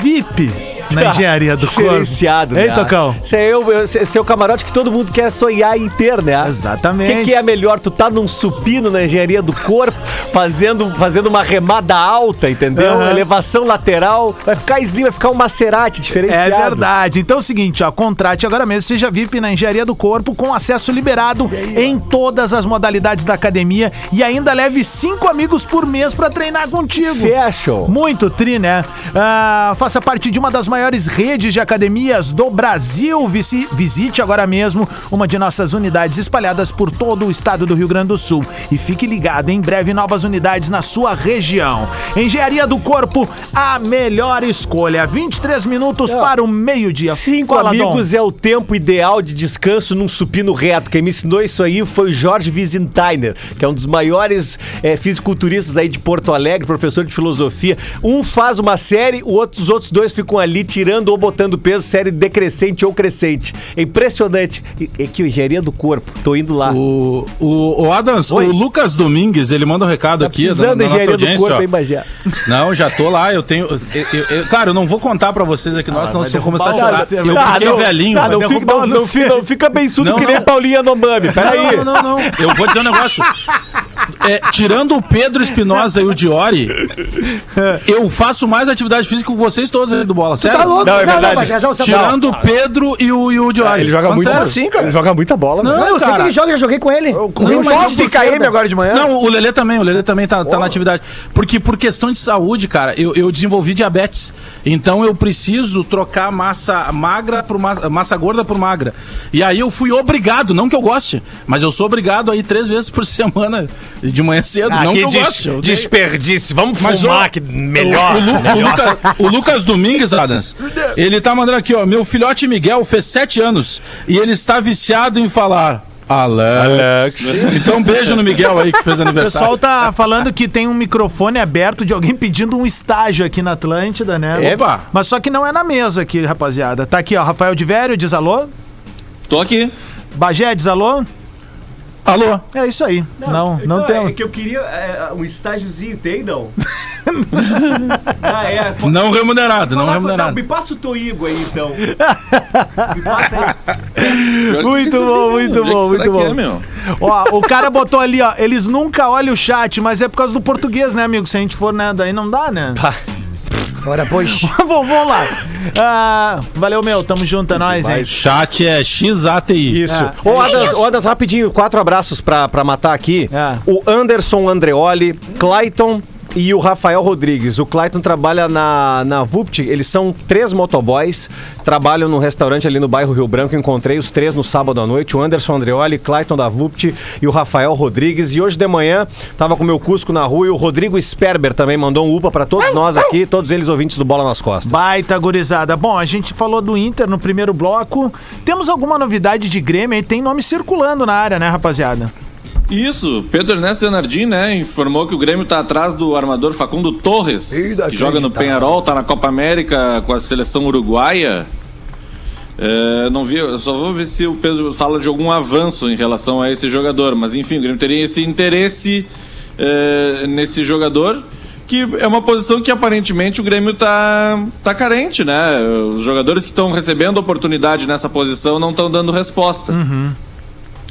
A: VIP na engenharia do corpo.
E: Diferenciado,
A: Ei,
E: né?
A: Tocão.
E: Esse é, eu, eu- esse é o camarote que todo mundo quer sonhar em ter, né? O
A: Exatamente.
E: que, que é melhor? Tu tá num supino na engenharia do corpo, fazendo, fazendo uma remada alta, entendeu?
A: Aham.
E: Elevação lateral. Vai ficar slim, vai ficar um macerate
A: É
E: diferenciado.
A: verdade. Então é o seguinte, ó, contrate agora mesmo, seja VIP na Engenharia do Corpo com acesso liberado em todas as modalidades da academia e ainda leve cinco amigos por mês pra treinar contigo.
E: Fashion.
A: Muito tri, né? Ah, faça parte de uma das maiores redes de academias do Brasil. Visi- visite agora mesmo uma de nossas unidades espalhadas por todo o estado do Rio Grande do Sul. E fique ligado, em breve novas unidades na sua região. Engenharia do Corpo, a melhor escolha. 23 minutos para o meio-dia.
E: Cinco
A: Fala, Dom.
E: amigos é o tempo ideal de descanso num supino reto. Quem me ensinou isso aí foi o Jorge Wiesenthiner, que é um dos maiores eh, fisiculturistas aí de Porto Alegre, professor de filosofia. Um faz uma série, o outro- os outros dois ficam ali tirando ou botando peso, série decrescente ou crescente. É impressionante. E- É que engenharia do corpo. Tô indo lá.
D: O, o, o Adams, o Lucas Domingues, ele manda um recado
E: Tá
D: aqui
E: precisando da engenharia do corpo,
D: ó.
E: hein, Bagé?
D: Não, já tô lá, eu tenho. Eu, eu- eu- claro, eu não vou contar pra vocês aqui,
C: Ah,
D: nós, senão vocês vão começar a
A: derrubar o
D: chorar.
A: Luciano.
D: Eu
A: Ah,
D: fiquei
A: não,
C: Tá,
D: velhinho.
E: Ah, não,
D: vai
E: fica,
D: derrubar
E: não,
D: o
E: não,
D: Luciano.
E: não fica bem surdo
D: Não,
E: que nem
D: não.
E: Paulinha Nomami. Peraí.
D: Não, não, não. Eu vou dizer um negócio. É, tirando o Pedro Espinosa e o Diori, eu faço mais atividade física com vocês todos aí do bola, sério?
C: Tá louco?
B: Não, é verdade.
C: Bagé, não, você tá
D: Tirando o Pedro e o, e o
E: Ah,
D: Diori.
B: Ele joga
D: Falando
B: muito
D: sério.
B: assim, cara. Ele joga muita bola,
D: Não,
C: Não, eu sei que
D: cara.
C: ele joga, eu joguei com ele. Eu
B: Correu um jogo de KM agora de manhã.
D: Não, o Lelê também, o Lelê também tá, tá na atividade. Porque por questão de saúde, cara, eu, eu desenvolvi diabetes. Então eu preciso trocar massa magra por massa, massa gorda por magra. E aí eu fui obrigado, não que eu goste, mas eu sou obrigado aí três vezes por semana, de manhã cedo.
I: Ah,
D: não que
I: que
D: eu
I: des-
D: goste. eu odeio.
I: desperdício. Vamos
D: Mas
I: fumar
D: o-
I: que melhor.
D: O, Lu- o Luca- o Lucas Domingues, Adams, ele tá mandando aqui, ó. Meu filhote Miguel fez sete anos e ele está viciado em falar. Alex. Então, beijo no Miguel aí que fez
A: O pessoal
D: aniversário.
A: tá falando que tem um microfone aberto de alguém pedindo um estágio aqui na Atlântida, né?
D: Opa.
A: Mas só que não é na mesa aqui, rapaziada. Tá aqui, ó, Rafael de Vério diz alô,
F: Tô aqui.
A: Bagé diz alô.
D: Alô?
A: É isso aí. Não, não,
E: é
A: tem.
J: é
A: um-
J: que eu queria um estágiozinho, tem, não? ah, é.
D: Não remunerado, não remunerado.
J: passa o Toigo aí, então. Me passa aí.
F: Pior que
A: Muito
F: eu
A: bom,
F: nem
A: muito
F: sei onde é
A: bom,
F: que
A: muito
F: será que
A: bom.
F: é, meu?
A: Ó, o cara botou ali, ó, eles nunca olham o chat, mas é por causa do português, né, amigo? Se a gente for, né, daí não dá, né?
E: Tá
D: Tá.
A: Tá
C: Ora, pois.
A: Bom, vamos lá. Ah, valeu, meu, tamo junto, é nóis, hein?
D: Chat é XATI.
E: Isso.
F: É.
E: Ô, Adas, ô, Adas, rapidinho, quatro abraços pra, pra matar aqui.
A: É.
E: O Anderson Andreoli, Clayton e o Rafael Rodrigues. O Clayton trabalha na, na VUPT, eles são três motoboys, trabalham num restaurante ali no bairro Rio Branco. Encontrei os três no sábado à noite, o Anderson Andreoli, Clayton da VUPT e o Rafael Rodrigues. E hoje de manhã, tava com o meu Cusco na rua e o Rodrigo Sperber também mandou um UPA pra todos nós aqui, todos eles ouvintes do Bola nas Costas.
A: Baita gurizada. Bom, a gente falou do Inter no primeiro bloco. Temos alguma novidade de Grêmio aí? Tem nome circulando na área, né, rapaziada?
F: Isso, Pedro Ernesto Denardim, né, informou que o Grêmio tá atrás do armador Facundo Torres, que joga no Penharol, tá na Copa América com a seleção uruguaia. É, não vi, eu só vou ver se o Pedro fala de algum avanço em relação a esse jogador, mas enfim, o Grêmio teria esse interesse é, nesse jogador, que é uma posição que aparentemente o Grêmio tá, tá carente, né? Os jogadores que estão recebendo oportunidade nessa posição não estão dando resposta.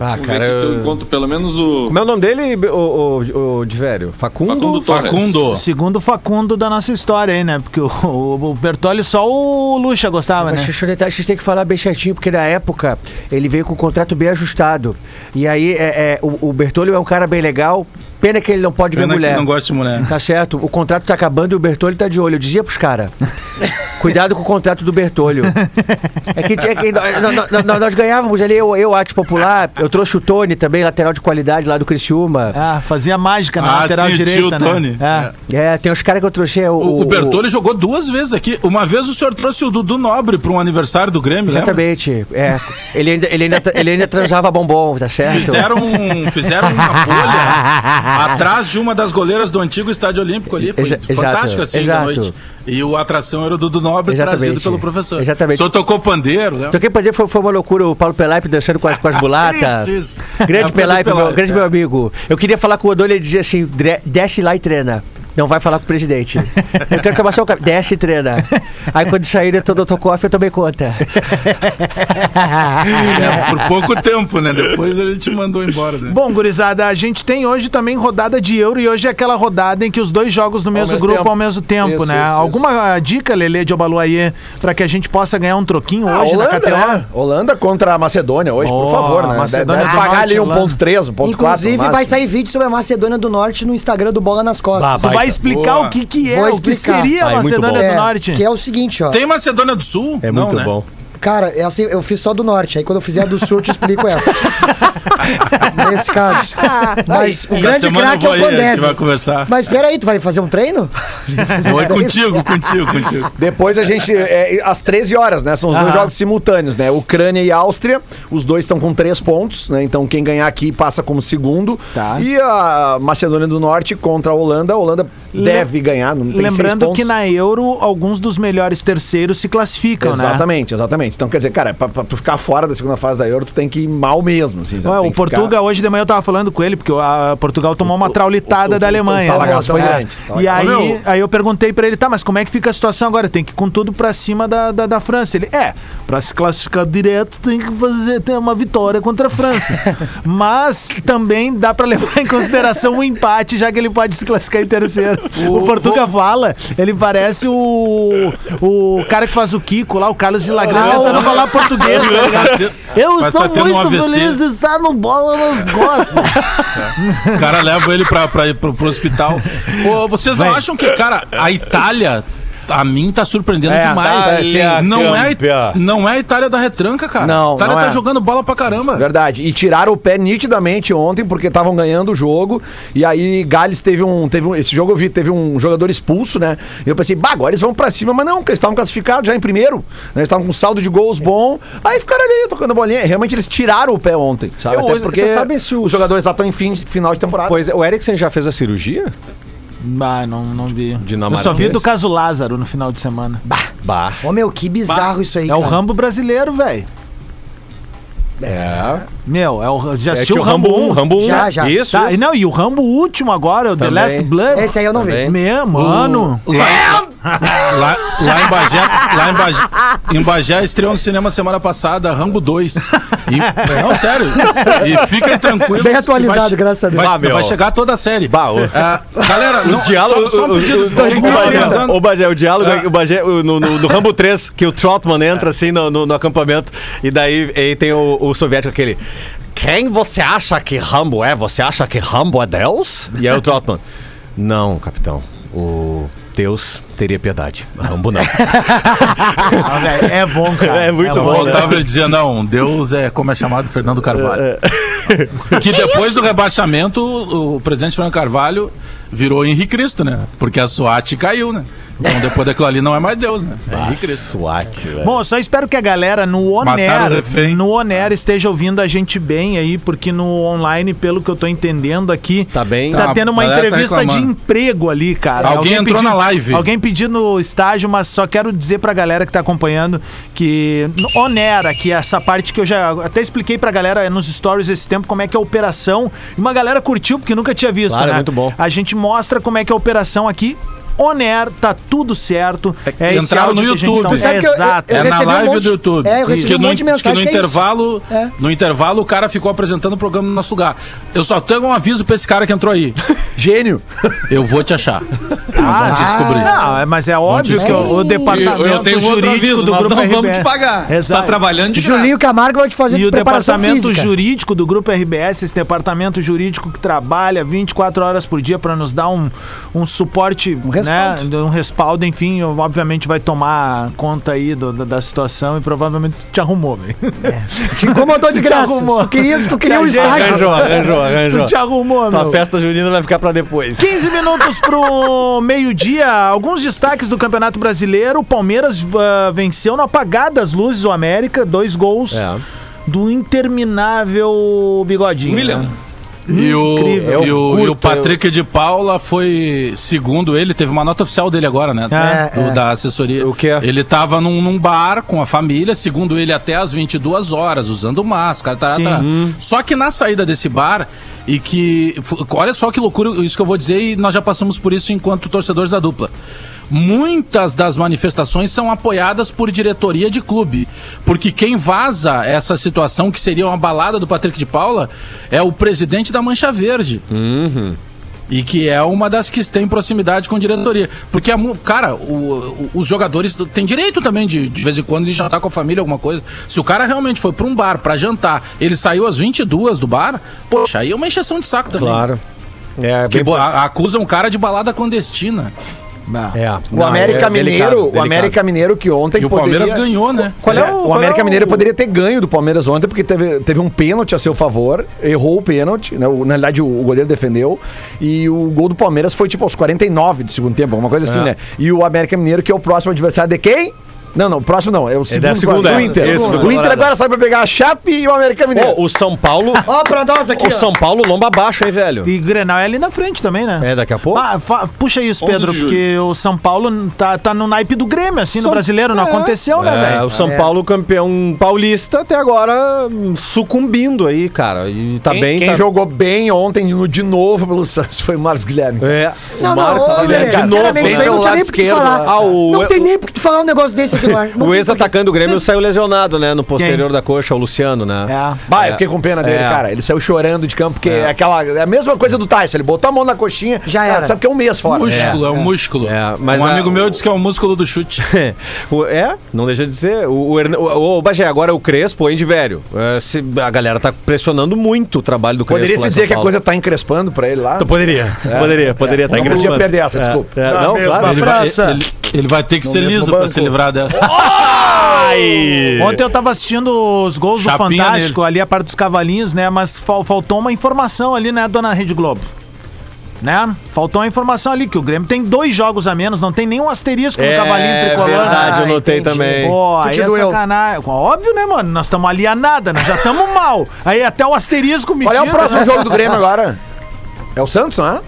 E: Ah,
F: Vamos ver aqui se eu encontro pelo menos o
E: Como é o nome dele, o, o, o de velho?
F: Facundo Torres.
D: Facundo.
A: Segundo o Facundo da nossa história aí, né? Porque o, o, o Bertolli só o Lucha gostava, né?
J: Mas deixa eu detalhe, vocês têm que falar bem certinho, porque na época
E: um
J: ele veio com o contrato bem ajustado. E aí é, é, o, o Bertolho é um cara bem legal,
E: Pena que ele não pode
D: Pena
E: ver
D: que
E: mulher.
D: não gosta de mulher.
E: Tá certo, o contrato tá acabando e o Bertolho tá de olho. Eu dizia pros caras: cuidado com o contrato do Bertolho. É que, é que nó- nó- nó- nós ganhávamos ali, eu, eu arte popular, eu trouxe o Tony também, lateral de qualidade lá do Criciúma.
A: Ah, fazia mágica na
D: Ah,
A: lateral
D: sim, o tio
A: direita, né?
D: Tony.
A: É.
E: É, tem os caras que eu trouxe. é, O,
D: O, o Bertolli jogou duas vezes aqui. Uma vez o senhor trouxe o Dudu Nobre para um aniversário do Grêmio, lembra?
E: Exatamente. É, ele, ainda, ele, ainda, ele ainda transava bombom, tá certo?
D: Fizeram, um- fizeram uma bolha atrás de uma das goleiras do antigo Estádio Olímpico ali. Foi
E: Exa- exato,
D: fantástico assim
E: exato.
D: da noite. E o atração era o Dudu Nobre trazido
E: Exatamente.
D: pelo professor.
E: Exatamente.
D: O senhor tocou pandeiro, né?
E: Então quem podia foi, foi uma loucura, o Paulo Pelaipe dançando com as, com as bulatas.
D: Isso, isso. É,
E: Grande
D: Paulo
E: Pelaipe, meu,
D: Pelaipe,
E: grande
D: é.
E: meu amigo. Eu queria falar com o Odolho e dizer assim, "Dre- desce lá e treina. Não vai falar com o presidente. Eu quero tomar só um café. Desce e treina. Aí quando sair eu tô no autocoff, eu tomei conta.
D: É, por pouco tempo, né? Depois ele te mandou embora, né?
A: Bom, gurizada, a gente tem hoje também rodada de euro e hoje é aquela rodada em que os dois jogos no mesmo,
B: mesmo
A: grupo
B: tempo.
A: ao mesmo tempo,
B: Isso,
A: né?
B: isso, isso.
A: Alguma dica, Lele de Obaluayê, pra que a gente possa ganhar um troquinho
B: Ah,
A: hoje na
B: Holanda,
A: KTO?
B: né? Holanda contra a Macedônia hoje,
A: Oh,
B: por favor, né?
A: Macedônia
B: Deve
A: do
B: pagar
A: Norte,
B: ali
A: Holanda.
B: 1.3, 1.4.
C: Inclusive,
B: no máximo.
C: vai sair vídeo sobre a Macedônia do Norte no Instagram do Bola nas Costas.
A: Tu vai explicar
D: Boa.
A: o que, que é,
C: Vou
A: o que
C: explicar.
A: seria
E: Vai,
A: a
E: muito
A: Macedônia
E: bom.
A: do Norte.
C: Que é o seguinte, ó.
D: Tem Macedônia do Sul?
E: É
D: Não,
E: muito
D: né?
E: bom.
C: Cara, essa eu fiz só do norte. Aí quando eu fizer a do sul, eu te explico essa. Nesse caso. Mas o
D: Essa
C: grande
D: semana eu
C: craque
D: vou
C: é o
D: aí, a gente
C: Pandev.
D: vai conversar.
C: Mas peraí, tu vai fazer um treino? é
D: Vou contigo, contigo, contigo.
B: Depois a gente. é, às 13 horas, né? São os dois jogos simultâneos, né? Ucrânia e Áustria. Os dois estão com três pontos, né? Então quem ganhar aqui passa como segundo.
A: Tá.
B: E a Macedônia do Norte contra a Holanda. A Holanda deve ganhar. Não tem seis
A: Lembrando que
B: pontos.
A: na Euro, alguns dos melhores terceiros se classificam, né?
B: Exatamente, exatamente. Então, quer dizer, cara, pra, pra tu ficar fora da segunda fase da Euro, tu tem que ir mal mesmo. assim,
A: Ué,
B: tem
A: o
B: que ficar-
A: Portugal, hoje de manhã eu tava falando com ele, porque a Portugal tomou uma traulitada
B: o- tá
A: da
B: o- o
A: Alemanha. né?
B: talagaço
A: Foi
B: foi
A: grande.
B: grande,
A: E
B: talagaço.
A: aí,
D: Ô, meu-
A: aí eu perguntei pra ele, tá, mas como é que fica a situação agora? Tem que ir com tudo pra cima da, da, da França. Ele, é, pra se classificar direto tem que fazer ter uma vitória contra a França. mas também dá pra levar em consideração o empate, já que ele pode se classificar em terceiro. O, Portugal fala, ele parece o, o cara que faz o Kiko lá, o Carlos de
B: Ah,
A: Lagrange, tentando falar português, tá ligado? Eu
D: Mas
A: sou
D: tá tendo um
A: muito
D: AVC.
A: feliz de estar no bola nas costas.
D: Os caras levam ele pra, pra, ir pro, pro hospital. Ô, vocês não acham que, cara, a Itália. A mim tá surpreendendo
B: É,
D: demais.
B: tá, sim, a
D: não, é,
E: campeã.
D: a- não é a Itália da retranca, cara.
B: Não,
D: A Itália
B: não
D: tá
B: é.
D: jogando bola pra caramba.
B: Verdade. E tiraram o pé nitidamente ontem, porque estavam ganhando o jogo. E aí Gales teve um, teve um. Esse jogo eu vi, teve um jogador expulso, né? E eu pensei, bah, agora eles vão pra cima, mas não, porque eles estavam classificados já em primeiro. né? Eles estavam com saldo de gols bom. Aí ficaram ali tocando bolinha. Realmente eles tiraram o pé ontem. Sabe?
E: Eu,
B: Até
E: hoje-
B: porque
E: você sabe se os-
B: os jogadores lá estão em fim de- final de temporada.
E: Pois é, o Eriksen já fez a cirurgia?
A: Bah, não, não vi. Eu
E: Dinamarquês.
A: só vi do caso Lázaro no final de semana.
E: Bah.
C: Ô meu, que bizarro isso aí,
A: é o
C: cara.
A: Rambo brasileiro, velho.
B: É.
A: Meu, é o, já
E: É
A: assistiu
E: que
A: o Rambo 1.
E: Rambo 1.
C: Já, já.
E: Isso.
A: Tá, e
E: isso.
A: não, e o Rambo último agora, o The
E: Também.
A: Last Blood.
C: Esse aí eu não vi.
E: Também.
A: Meu, mano.
D: Lá, lá, lá em Bagé, lá em Bagé, em Bagé estreou no cinema semana passada Rambo 2. E- não, sério. E fiquem tranquilos.
C: Bem
D: que
C: atualizado,
D: vai-
C: graças a Deus.
D: Vai,
E: Ah, meu.
D: vai chegar toda a série.
E: Bah, ô.
D: Ah, galera,
E: Os diálogos.
D: Só, só um
E: os-
D: pedido.
E: os- os- o Bagé-
D: Lembrando-
E: O Bagé, o diálogo é que o Bagé, o- no, no- no Rambo 3, que o Trotman entra assim no, no- no acampamento, e daí aí tem o, o soviético aquele. Quem você acha que Rambo é? Você acha que Rambo é Deus? E aí o Trotman. Não, capitão. O Deus teria piedade. Rambo não.
A: Ah, velho, é bom, cara.
E: É
C: Tá
E: muito bom, né?
D: Voltava e dizia, não, Deus é como é chamado Fernando
C: É,
D: Carvalho. Que depois do rebaixamento, o, o presidente Fernando Carvalho virou Henri Cristo, né? Porque a SWAT caiu, né? Então depois daquilo ali não é mais Deus, né? É Henri Cristo.
E: SWAT, velho.
A: Bom, eu só espero que a galera no
D: Mataram o
A: Oner,
D: refém. Ah.
A: no Oner esteja ouvindo a gente bem aí, porque no online, pelo que eu tô entendendo aqui,
E: Tá bem.
A: tá
D: Tá,
A: tendo uma
D: a galera tá
A: entrevista de
D: reclamando.
A: emprego ali, cara.
D: Alguém entrou
A: pediu-
D: na live.
A: Alguém pedindo estágio, mas só quero dizer pra galera que tá acompanhando que no Onera, que é essa parte que eu já até expliquei pra galera nos stories esse tempo como é que é a operação. E uma galera curtiu porque nunca tinha visto,
E: Claro, é
A: né?
E: muito bom.
A: A gente mostra como é que é a operação aqui on air, tá tudo certo.
D: É, entraram no
A: áudio que a gente
D: YouTube.
A: tá-
D: Sabe
C: que eu- eu-
A: Exato.
D: é
C: eu
D: na
C: recebi um
D: live
C: monte-
D: do YouTube.
C: É, eu recebi
D: Que
C: um
D: no-
C: monte de
D: diz que
C: mensagem
D: no
C: que é isso.
D: intervalo,
C: É.
D: no intervalo o cara ficou apresentando o programa no nosso lugar. Eu só tenho um aviso pra esse cara que entrou aí.
B: Gênio.
D: Eu vou te achar. Nós É,
C: Ah,
D: vamos te descobrir.
A: Ah, Não, é- mas é óbvio que o, o departamento
F: Eu, eu tenho outro
A: jurídico
F: aviso,
A: do
F: nós
A: grupo
F: não
A: RBS.
F: vamos te pagar. Tu
A: Exato.
F: tá trabalhando de
C: Julinho
F: graça.
C: Camargo vai te fazer
A: E o
C: é preparação
A: departamento
C: física.
A: jurídico do Grupo RBS, esse departamento jurídico que trabalha 24 horas por dia para nos dar um, um suporte, um
C: respaldo.
A: né? Um respaldo, enfim, obviamente vai tomar conta aí do- da, da situação e provavelmente te arrumou, velho.
C: Te incomodou de
A: Te
C: graça.
A: arrumou.
C: Tu queria, tu queria
A: Te
C: um
A: ajeitou.
E: Arranjou,
C: estágio.
E: arranjou, arranjou.
A: Tu te arrumou,
E: Tua
A: meu.
E: festa junina vai ficar pra depois.
A: 15 minutos pro meio-dia. Alguns destaques do Campeonato Brasileiro. O Palmeiras ah, venceu no apagar das luzes o América, dois gols
E: É.
A: do interminável bigodinho.
F: William.
D: E o,
A: Incrível.
D: e,
C: É um
D: o, e o Patrick de Paula foi, segundo ele, teve uma nota oficial dele agora, né?
A: É,
D: Do- Da assessoria.
E: O quê?
D: Ele tava num, num bar com a família, segundo ele, até às 22 horas, usando máscara, tá,
A: Sim. Uhum.
D: tá. Só que na saída desse bar, e que. f- Olha só que loucura isso que eu vou dizer, e nós já passamos por isso enquanto torcedores da dupla. Muitas das manifestações são apoiadas por diretoria de clube. Porque quem vaza essa situação, que seria uma balada do Patrick de Paula, é o presidente da Mancha Verde. E que é uma das que tem proximidade com diretoria. Porque, a mu- cara, o- o- os jogadores têm direito também de, de vez em quando, de jantar com a família, alguma coisa. Se o cara realmente foi pra um bar pra jantar, ele saiu às 22 do bar, poxa, aí é uma encheção de saco também.
E: Claro.
A: né?
E: É,
D: Que
E: bem-
D: bo- a- acusam o cara de balada clandestina.
E: é.
B: O
E: Não,
B: América
E: é
B: Mineiro,
E: delicado,
B: o
E: delicado.
B: América Mineiro que ontem
D: E o Palmeiras ganhou, né?
B: Qual
A: Pois
B: é,
A: é,
B: o,
A: qual
B: América
A: é o-
B: Mineiro poderia ter ganho do Palmeiras ontem, porque teve, teve um pênalti a seu favor, errou o pênalti, né? O- na realidade o, o goleiro defendeu, e o gol do Palmeiras foi tipo aos 49 do segundo tempo, alguma coisa
E: É.
B: assim, né? E o América Mineiro, que é o próximo adversário de quem? Não, não, o próximo não, é o segundo
E: da segunda,
B: do
E: é.
B: Inter.
E: Isso,
B: o
E: do
B: Inter
E: Colorado.
B: agora sai pra pegar a Chape e o América Mineiro.
E: Pô, o São Paulo.
C: Ó, pra nós aqui.
E: o
C: ó.
E: São Paulo lomba abaixo, hein, velho?
A: E Grenal é ali na frente também, né?
E: É, daqui a pouco.
A: Ah, fa- puxa isso,
F: 11
A: Pedro,
F: de julho.
A: porque o São Paulo tá, tá no naipe do Grêmio, assim, no brasileiro. Não aconteceu, né,
E: É,
A: velho?
E: o São Paulo campeão paulista até agora hum, sucumbindo aí, cara. E tá
B: Quem,
E: bem,
B: quem
E: tá...
B: jogou bem ontem no- de novo pelo Santos foi o Marcos Guilherme.
E: É,
C: Não, não,
E: Marcos,
C: ô,
E: olha,
C: Lelê,
E: de novo.
C: sinceramente, isso aí
B: pelo
C: não tinha
B: lado
C: nem por que
B: esquerdo,
C: falar.
E: Ah, o-
C: não tem nem por que falar um negócio desse aqui no ar. Não
E: O
C: tem por
E: ex-atacante do Grêmio saiu lesionado, né? No posterior
A: Quem?
E: da coxa, o Luciano, né?
A: É.
B: Bah, eu fiquei com pena dele,
E: É.
B: cara. Ele saiu chorando de campo, porque é. aquela. É a mesma coisa do Tyson. Ele botou a mão na coxinha.
C: Já
B: cara,
C: era.
B: Sabe que é um mês fora.
D: Músculo, é, um músculo.
E: É, mas
D: um
E: a-
D: amigo
E: o-
D: meu disse que é um músculo do chute.
E: O- é, não deixa de ser. O, o, Hern- o- o Bagé, agora é o Crespo, hein, de velho. É, se- a galera tá pressionando muito o trabalho do Crespo.
B: Poderia
E: lá
B: se
E: em
B: dizer
E: São
B: que a
E: Paulo. É. tá
B: coisa tá encrespando pra ele lá?
E: Então poderia, poderia, poderia estar
B: Não podia perder essa, desculpa. Na
E: não,
B: mesma
E: claro.
D: Ele vai, ele- ele vai ter que ser
B: mesmo
D: liso pra
B: banco.
D: se livrar dessa.
A: Ontem eu tava assistindo os gols do
D: Chapinha
A: Fantástico, ali a parte dos cavalinhos, né? Mas fal- faltou uma informação ali, né, dona Rede Globo? Né? Faltou uma informação ali, que o Grêmio tem dois jogos a menos, não tem nenhum asterisco
E: É,
A: no cavalinho tricolor.
E: verdade, eu
A: Ah,
E: notei
A: entendi.
E: também.
A: Pô,
C: Tu
A: aí
C: te
A: é
C: doeu.
A: sacanagem. Óbvio, né, mano? Nós estamos ali a nada, nós já estamos mal. Aí até o asterisco né? me
B: Qual é o próximo
E: né?
B: jogo do Grêmio agora? É o Santos, não é?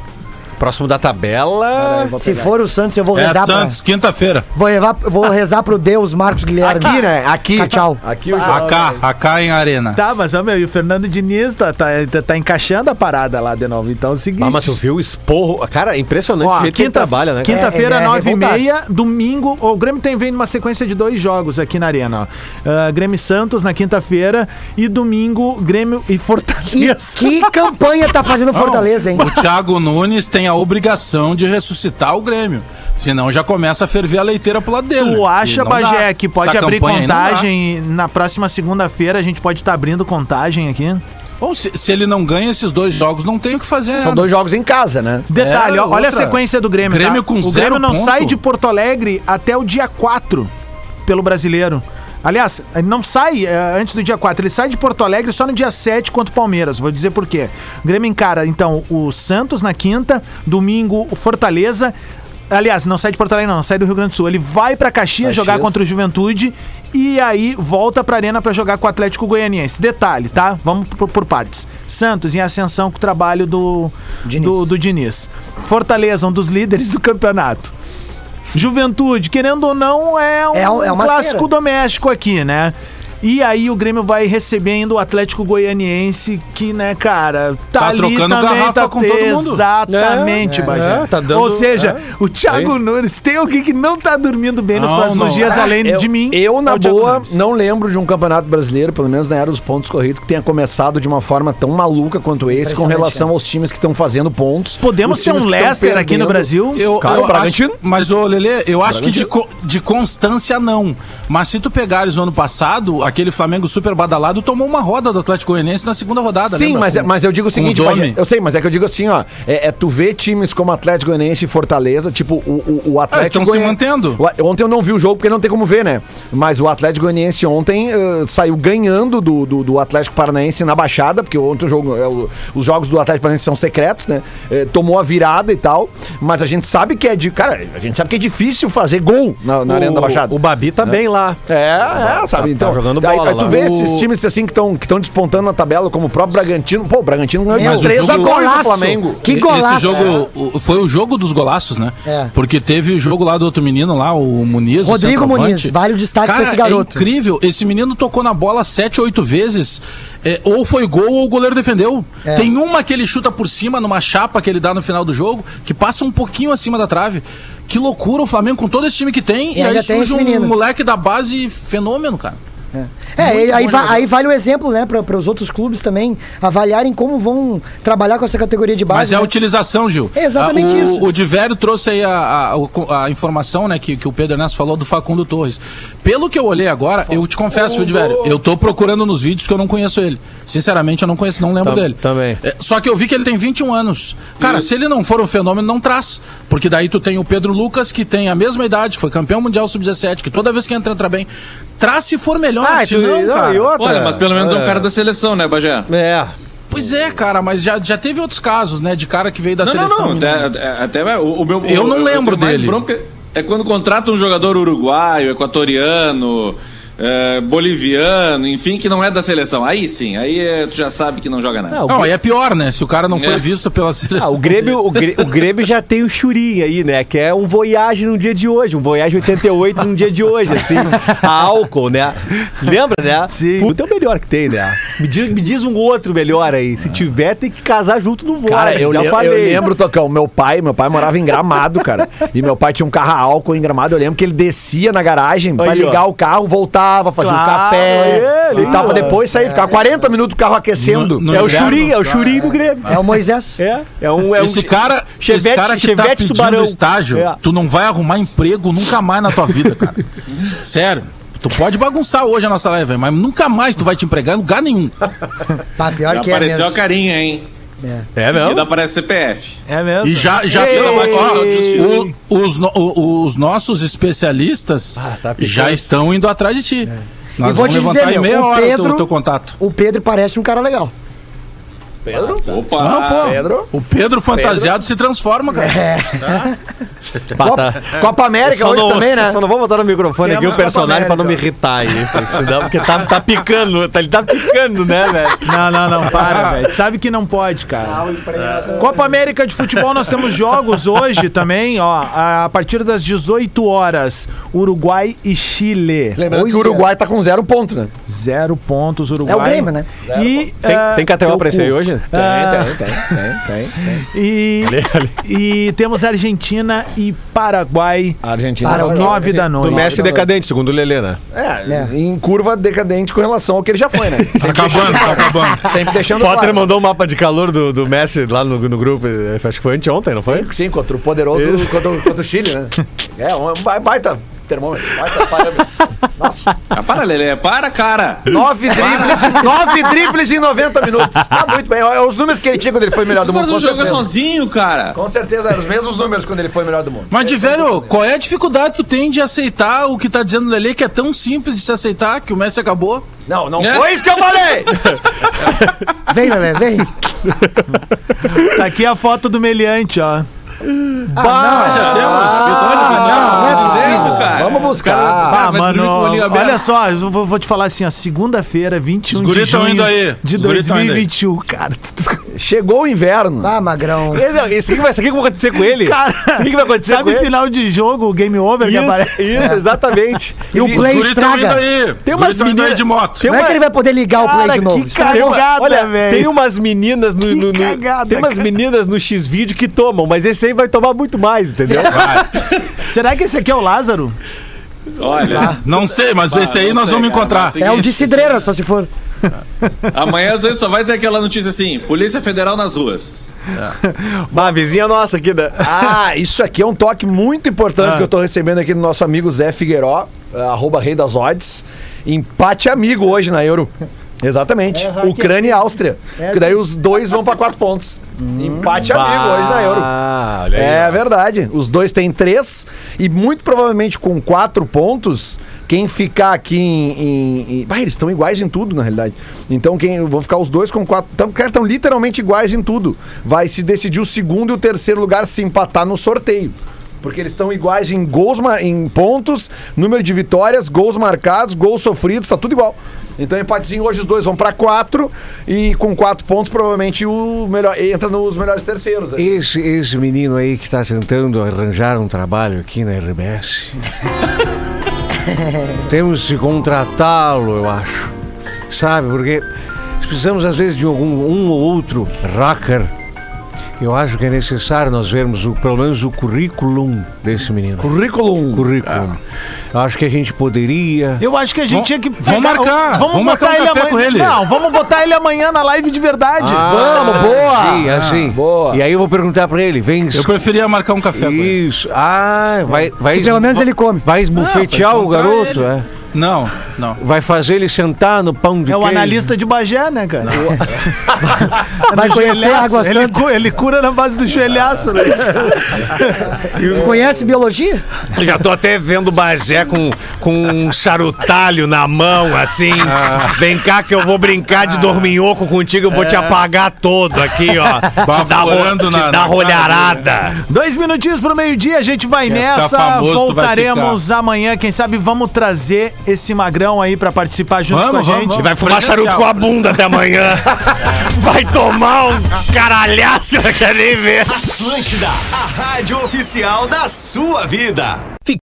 E: Próximo da tabela.
C: que- Se for o Santos, eu vou
D: É
C: rezar pra...
D: Santos, quinta-feira.
C: Vou, levar, vou rezar pro Deus, Marcos Guilherme.
B: Aqui, né? Aqui.
C: Tá, tchau.
B: Aqui o jogo.
D: AK, AK em Arena.
A: Tá, mas ó, meu, e o Fernando Diniz tá, tá, tá encaixando a parada lá de novo. Então é o seguinte.
E: Ah, mas tu viu o esporro. Cara, é impressionante
A: Ó,
E: o jeito que ele
A: quinta-
E: trabalha, né? cara?
C: É,
A: Quinta-feira,
C: ele é
A: nove e meia, domingo. ó, O Grêmio tem vem uma sequência de dois jogos aqui na arena. ó. Ah, Grêmio e Santos na quinta-feira e domingo Grêmio e
C: E
A: Fortaleza.
C: que campanha tá fazendo o Fortaleza, hein?
D: O Thiago Nunes tem a obrigação de ressuscitar o Grêmio. Senão já começa a ferver a leiteira pro lado dele.
A: Tu
D: E
A: acha,
D: não
A: Bagé,
D: dá.
A: que pode
D: Essa
A: abrir
D: campanha aí não dá.
A: contagem na próxima segunda-feira? A gente pode estar abrindo contagem aqui?
D: Bom, se, se ele não ganha esses dois jogos, não tem o que fazer.
B: São
D: né?
B: dois jogos em casa, né?
A: Detalhe,
D: É,
A: ó, olha a
D: outra.
A: sequência do Grêmio. tá?
D: Grêmio com
A: o Grêmio
D: zero
A: não
D: ponto.
A: sai de Porto Alegre até o dia 4 pelo brasileiro. Aliás, ele não sai eh, antes do dia 4, ele sai de Porto Alegre só no dia 7 contra o Palmeiras. Vou dizer por quê. O Grêmio encara, então, o Santos na quinta, domingo o Fortaleza. Aliás, não sai de Porto Alegre, não, não sai do Rio Grande do Sul. Ele vai pra Caxias, jogar contra o Juventude e aí volta pra Arena pra jogar com o Atlético Goianiense. Detalhe, tá? Vamos por, por partes. Santos em ascensão com o trabalho do
C: Diniz.
A: do, do Diniz. Fortaleza, um dos líderes do campeonato. Juventude, querendo ou não, é um,
C: É um- é uma
A: clássico
C: cera.
A: doméstico aqui, né? E aí o Grêmio vai recebendo o Atlético Goianiense, que, né, cara, tá,
D: Tá
A: ali
D: trocando
A: também,
D: garrafa
A: tá
D: com todo mundo.
A: Exatamente,
E: É, é,
A: Bagé.
E: é, tá dando-
A: Ou seja, o Thiago
E: Aí.
A: Nunes tem alguém que não tá dormindo bem nos
D: Não,
A: próximos
D: não.
A: dias, além
B: Ah, eu,
A: de mim.
B: Eu, na
A: é o Thiago
B: boa,
A: Nunes.
B: não lembro de um campeonato brasileiro, pelo menos na era dos pontos corridos, que tenha começado de uma forma tão maluca quanto esse, com
C: Impressionante,
B: relação aos times que estão fazendo pontos.
A: né? Podemos
B: os
A: ter
B: times
A: um
B: que estão
A: Leicester aqui no
B: perdendo.
A: Brasil?
D: Eu,
B: Cara,
D: eu
B: o Bragantino.
D: Acho, mas, ô Lelê, eu acho que de, co- de constância não. Mas se tu pegares o ano passado, aquele Flamengo super badalado tomou uma roda do Atlético Goianiense na segunda rodada.
B: Sim,
D: lembra?
B: mas, é-
D: Com-
B: mas eu digo o
D: com
B: seguinte,
D: o
B: Bagé,
D: Domi.
B: eu sei, mas é que eu digo assim, ó, é, é tu vê times como Atlético Goianiense e Fortaleza, tipo o, o, o Atlético
D: estão Ah, se
B: Goian-
D: mantendo.
B: O a- ontem eu não vi o jogo porque não tem como ver, né? Mas o Atlético Goianiense ontem eh, saiu ganhando do, do, do Atlético Paranaense na Baixada, porque ontem o jogo, é, o- os jogos do Atlético Paranaense são secretos, né? Eh, tomou a virada e tal, mas a gente sabe que é de, cara, a gente sabe que é difícil fazer gol na, na arena da Baixada.
E: O Babi tá bem lá.
B: É, é, sabe?
E: tá
B: Então,
E: jogando
B: aí-
E: bola
B: aí tu
E: lá.
B: vê
E: O-
B: esses times assim que estão que tão despontando na tabela, como o próprio Bragantino. Pô, o Bragantino ganhou
D: Mas
B: de
D: o
B: 3 a
D: jogo-
B: 2 do
C: Golaço.
B: Flamengo.
C: Que
D: E-
C: golaço. né?
D: Esse jogo o- foi o jogo dos golaços, né?
C: É.
D: Porque teve o jogo lá do outro menino lá, o Muniz. o
C: Rodrigo
D: centroavante.
C: Muniz, vale o destaque pra
D: Cara,
C: esse garoto.
D: É incrível, esse menino tocou na bola sete, oito vezes. é, ou foi gol ou o goleiro defendeu.
C: É.
D: Tem uma que ele chuta por cima, numa chapa que ele dá no final do jogo, que passa um pouquinho acima da trave. Que loucura o Flamengo com todo esse time que tem.
C: E
D: E, aí
C: ainda tem
D: surge
C: esse menino.
D: um moleque da base fenômeno, cara.
C: É, e- aí,
D: bom
C: va-
D: jogador.
C: aí vale o exemplo, né, para os outros clubes também avaliarem como vão trabalhar com essa categoria de base.
D: Mas é a
C: né?
D: utilização, Gil.
C: É exatamente
D: Ah, o,
C: isso.
D: O Diverio trouxe aí a, a- o- a informação, né, que, que o Pedro Ernesto falou do Facundo Torres. Pelo que eu olhei agora, eu te confesso, viu, Diverio, eu tô procurando nos vídeos que eu não conheço ele. Sinceramente, eu não conheço, não lembro
E: Tam-
D: dele.
E: também.
D: É, só que eu vi que ele tem 21 anos. Cara, se ele não for um fenômeno, não traz. Porque daí tu tem o Pedro Lucas, que tem a mesma idade, que foi campeão mundial sub-17, que toda vez que entra, entra bem. Traz se for melhor,
E: Ah,
D: se
E: tu-
D: não,
E: não,
D: cara.
E: e outra?
F: Olha, mas pelo menos é um cara da seleção, né, Bagé?
E: É.
D: Pois é, cara, mas já, já teve outros casos, né, de cara que veio da
F: Não, não,
D: seleção.
F: não.
D: menina.
F: é, Até, até- né? até vai- o, o meu,
D: Eu não
F: o-
D: lembro
F: tenho mais
D: dele.
F: bronca é quando contrata um jogador uruguaio, equatoriano, eh, boliviano, enfim, que não é da seleção. Aí sim, aí eh, tu já sabe que não joga nada.
E: Não, o
D: Não, aí é pior, né? Se o cara não foi
F: É.
D: visto pela seleção.
E: Ah, o Grêmio, o, Grê- o Grêmio já tem o Churin aí, né? Que é um Voyage no dia de hoje, um Voyage 88 no dia de hoje, assim, a álcool, né? Lembra, né?
A: Sim.
E: Puta é o melhor que tem, né? Me diz, me diz um outro melhor aí. Se tiver, tem que casar junto no Voyage,
B: Cara, eu,
E: já
B: lem-
E: falei.
B: eu lembro, Tocão, meu pai, meu pai morava em Gramado, cara. E meu pai tinha um carro a álcool em Gramado. Eu lembro que ele descia na garagem pra
E: Aí, ó.
B: ligar o carro, voltava, fazia um
A: Claro,
B: café. e
E: ele,
B: tal, pra
E: ó.
B: depois sair, ficar 40 minutos o carro aquecendo.
D: No- no
E: É o
D: inverno.
E: Churin, é o Churin do Grêmio.
C: É o Moisés.
E: É, é um... É um
D: esse cara, esse
E: Chevette-
D: cara que tá
E: Chevette
D: pedindo
E: Tubarão.
D: estágio,
E: É.
D: tu não vai arrumar emprego nunca mais na tua vida, cara. Sério. Tu pode bagunçar hoje a nossa live, mas nunca mais tu vai te empregar em lugar nenhum.
C: Pá, pior
F: Já
C: que é
F: apareceu a
C: mesmo.
F: carinha, hein?
E: É
F: E dá
E: mesmo?
F: aparece CPF.
A: É mesmo?
D: E já, já
F: Ei,
D: pela batizada,
F: ei,
D: ó, o- os, no- o- os nossos especialistas
E: Ah, tá picando. É.
D: já estão indo atrás de ti. Nós
C: E vou te dizer,
D: em
C: meu,
D: meia
C: o
D: hora o
C: Pedro-
D: teu, teu contato.
C: O Pedro parece um cara legal.
E: Ah,
F: Opa!
D: Não, pô, o Pedro fantasiado se transforma, cara.
B: Copa, Copa América hoje também, né?
E: Só não vou botar no microfone aqui o
A: Temos
E: personagem
A: Copa
E: pra não me irritar aí. senão- Porque tá, tá picando, tá, ele tá picando, né, velho?
A: Não, não, não, para, velho. Sabe que não pode, cara. É. Copa América de Futebol, nós temos jogos hoje também, ó. A partir das 18 horas, Uruguai e Chile.
B: Lembrando que o Uruguai tá com zero ponto, né?
A: Zero pontos, Uruguai.
C: É o Grêmio, né?
A: E,
E: Tem,
A: ah,
E: tem
B: um
E: KTO
A: teu
E: pra esse aí
A: cu.
E: hoje?
A: Ah,
B: tem, tem, tem, tem.
A: e, e temos Argentina e Paraguai
B: A Argentina
A: às
B: vai-
A: 9 da
E: Do
A: noite.
E: Messi decadente, segundo o Lelê, né?
B: É,
C: É.
B: em curva decadente com relação ao que ele já foi, né?
D: Tá
E: É.
D: acabando, tá acabando.
B: Sempre deixando
E: Potter
B: claro.
E: mandou o mapa de calor do, do Messi lá no, no grupo, eh, acho que foi anteontem, não foi?
B: Sim, contra o poderoso,
E: Isso.
B: contra, o- contra o Chile, né? É, um ba- baita termômetro, baita parâmetro. Nossa,
F: Ah, para, Lelê, para, cara!
B: nove dribles, nove dribles em 90 minutos. Tá muito bem, é os números que ele tinha quando ele foi melhor do
F: O
B: mundo,
F: cara
B: com
F: não joga
B: certeza.
F: sozinho, cara!
B: Com certeza, eram os mesmos números quando ele foi melhor do mundo.
D: Mas, de velho, qual é a dificuldade que tu tem de aceitar o que tá dizendo o Lelê, que é tão simples de se aceitar, que o Messi acabou?
B: Não, não
F: É.
B: foi isso que eu falei!
C: Vem, Lelé, vem.
A: Tá aqui a foto do Meliante, ó.
F: Ah,
D: Já deu,
B: Ah,
F: Dizendo, Tá cara.
B: é Vamos buscar.
A: Ah,
F: Cara, vai dormir
A: mano,
F: com o olhinho aberto.
A: olha só, eu vou, vou te falar assim, ó, segunda-feira, 21
D: Os
A: de
D: guris tão
A: junho
D: indo aí.
A: de
D: Os guris tão indo aí.
A: 2021, cara.
B: Chegou o
F: Tá.
B: inverno.
C: Ah, magrão.
E: Ele- não, Isso aqui, vai- isso aqui que vai acontecer com ele?
A: Cara,
E: isso aqui que vai acontecer
A: Sabe
E: com ele?
A: final de jogo, o game over que aparece?
E: Isso, isso, exatamente.
C: É. E o play
D: Os guris tão indo
C: estraga.
D: aí.
E: Tem
D: Os
E: umas
D: guris tão indo aí
E: meninas-
D: de moto.
E: tem
C: Como é
E: uma-
C: que ele vai poder ligar o play de novo?
A: que cagada,
E: Tem uma- olha,
A: velho.
E: tem umas meninas no, no- no-
A: cagada,
E: tem umas
A: cara.
E: meninas no X vídeo que tomam, mas esse aí vai tomar muito mais, entendeu?
A: Será que esse aqui é o Lázaro?
F: Olha, Ah,
D: Não sei, mas esse aí
F: não
D: nós
F: sei,
D: vamos
F: cara,
D: encontrar.
F: não sei.
C: É o de cidreira, só se for.
F: amanhã às vezes só vai ter aquela notícia assim: Polícia Federal nas ruas.
E: Uma vizinha nossa aqui da.
B: Ah, isso aqui é um toque muito
C: Ah.
B: importante que eu tô recebendo aqui do nosso amigo Zé Figueiró, eh, arroba Rei das Odds. Empate amigo hoje na Euro.
C: É,
B: Exatamente. Ucrânia e Áustria. Que daí os dois vão pra quatro pontos.
C: Hum.
B: Empate amigo hoje na Euro.
E: Ah, olha aí.
B: É verdade. Os dois têm três e muito provavelmente com quatro pontos. Quem ficar aqui em. em- em- Vai, eles estão iguais em tudo, na realidade. Então, quem vão ficar os dois com quatro. Então, cara, estão literalmente iguais em tudo. Vai se decidir o segundo e o terceiro lugar se empatar no sorteio. Porque eles estão iguais em gols, mar- em pontos, número de vitórias, gols marcados, gols sofridos, tá tudo igual. Então, empatezinho hoje os dois vão pra quatro e com quatro pontos provavelmente o melhor entra nos melhores terceiros. né?
E: Esse, esse menino aí que tá tentando arranjar um trabalho aqui na RBS. Temos que contratá-lo, eu acho. Sabe, porque precisamos às vezes de algum um ou outro hacker. Eu acho que é necessário nós vermos o, pelo menos o currículo desse menino.
B: Currículo.
E: Currículo. Eu acho que a gente poderia.
A: Eu acho que a gente
D: Vamos-
A: tinha que.
D: vamos marcar,
A: Vamos,
D: vamos
A: botar
D: marcar um
A: ele
D: café
A: amanhã.
D: com ele.
A: Não, vamos botar ele amanhã na live de verdade.
E: Ah, vamos,
B: boa!
E: Sim, assim.
B: boa.
E: E aí eu vou perguntar pra ele, vem
D: Eu preferia marcar um café com ele.
E: Isso. Ah, vai, vai.
C: Que pelo menos
E: vai-
C: ele come.
E: Vai esbufetear
D: Não,
E: o
D: pra encontrar
E: garoto,
D: ele.
E: é.
D: Não, não.
E: Vai fazer ele sentar no pão de
A: É o
E: queijo.
A: analista de Bagé, né, cara?
C: Vai
A: Do
C: conhecer a
A: joelhaço.
C: água
A: ele,
C: santa.
A: cu- ele cura na base do joelhaço, né?
C: Tu conhece biologia?
E: Já tô até vendo o Bagé com, com um charutalho na mão, assim.
A: Ah.
E: Vem cá que eu vou brincar de dorminhoco contigo, eu vou
A: É.
E: te apagar todo aqui, ó.
D: Te dar ro- Baforando te na- dar na cara rolharada.
A: Dois minutinhos pro meio-dia, a gente vai
D: Quer
A: nessa.
D: ficar famoso, tu vai
A: Voltaremos amanhã. Quem sabe vamos trazer esse magrão aí pra participar junto
D: Vamos,
A: com a
D: vamos,
A: gente.
D: vamos. Vai
E: fumar charuto com a bunda até amanhã. Vai tomar um caralhaço, eu quero nem ver.
G: Atlântida, a rádio oficial da sua vida.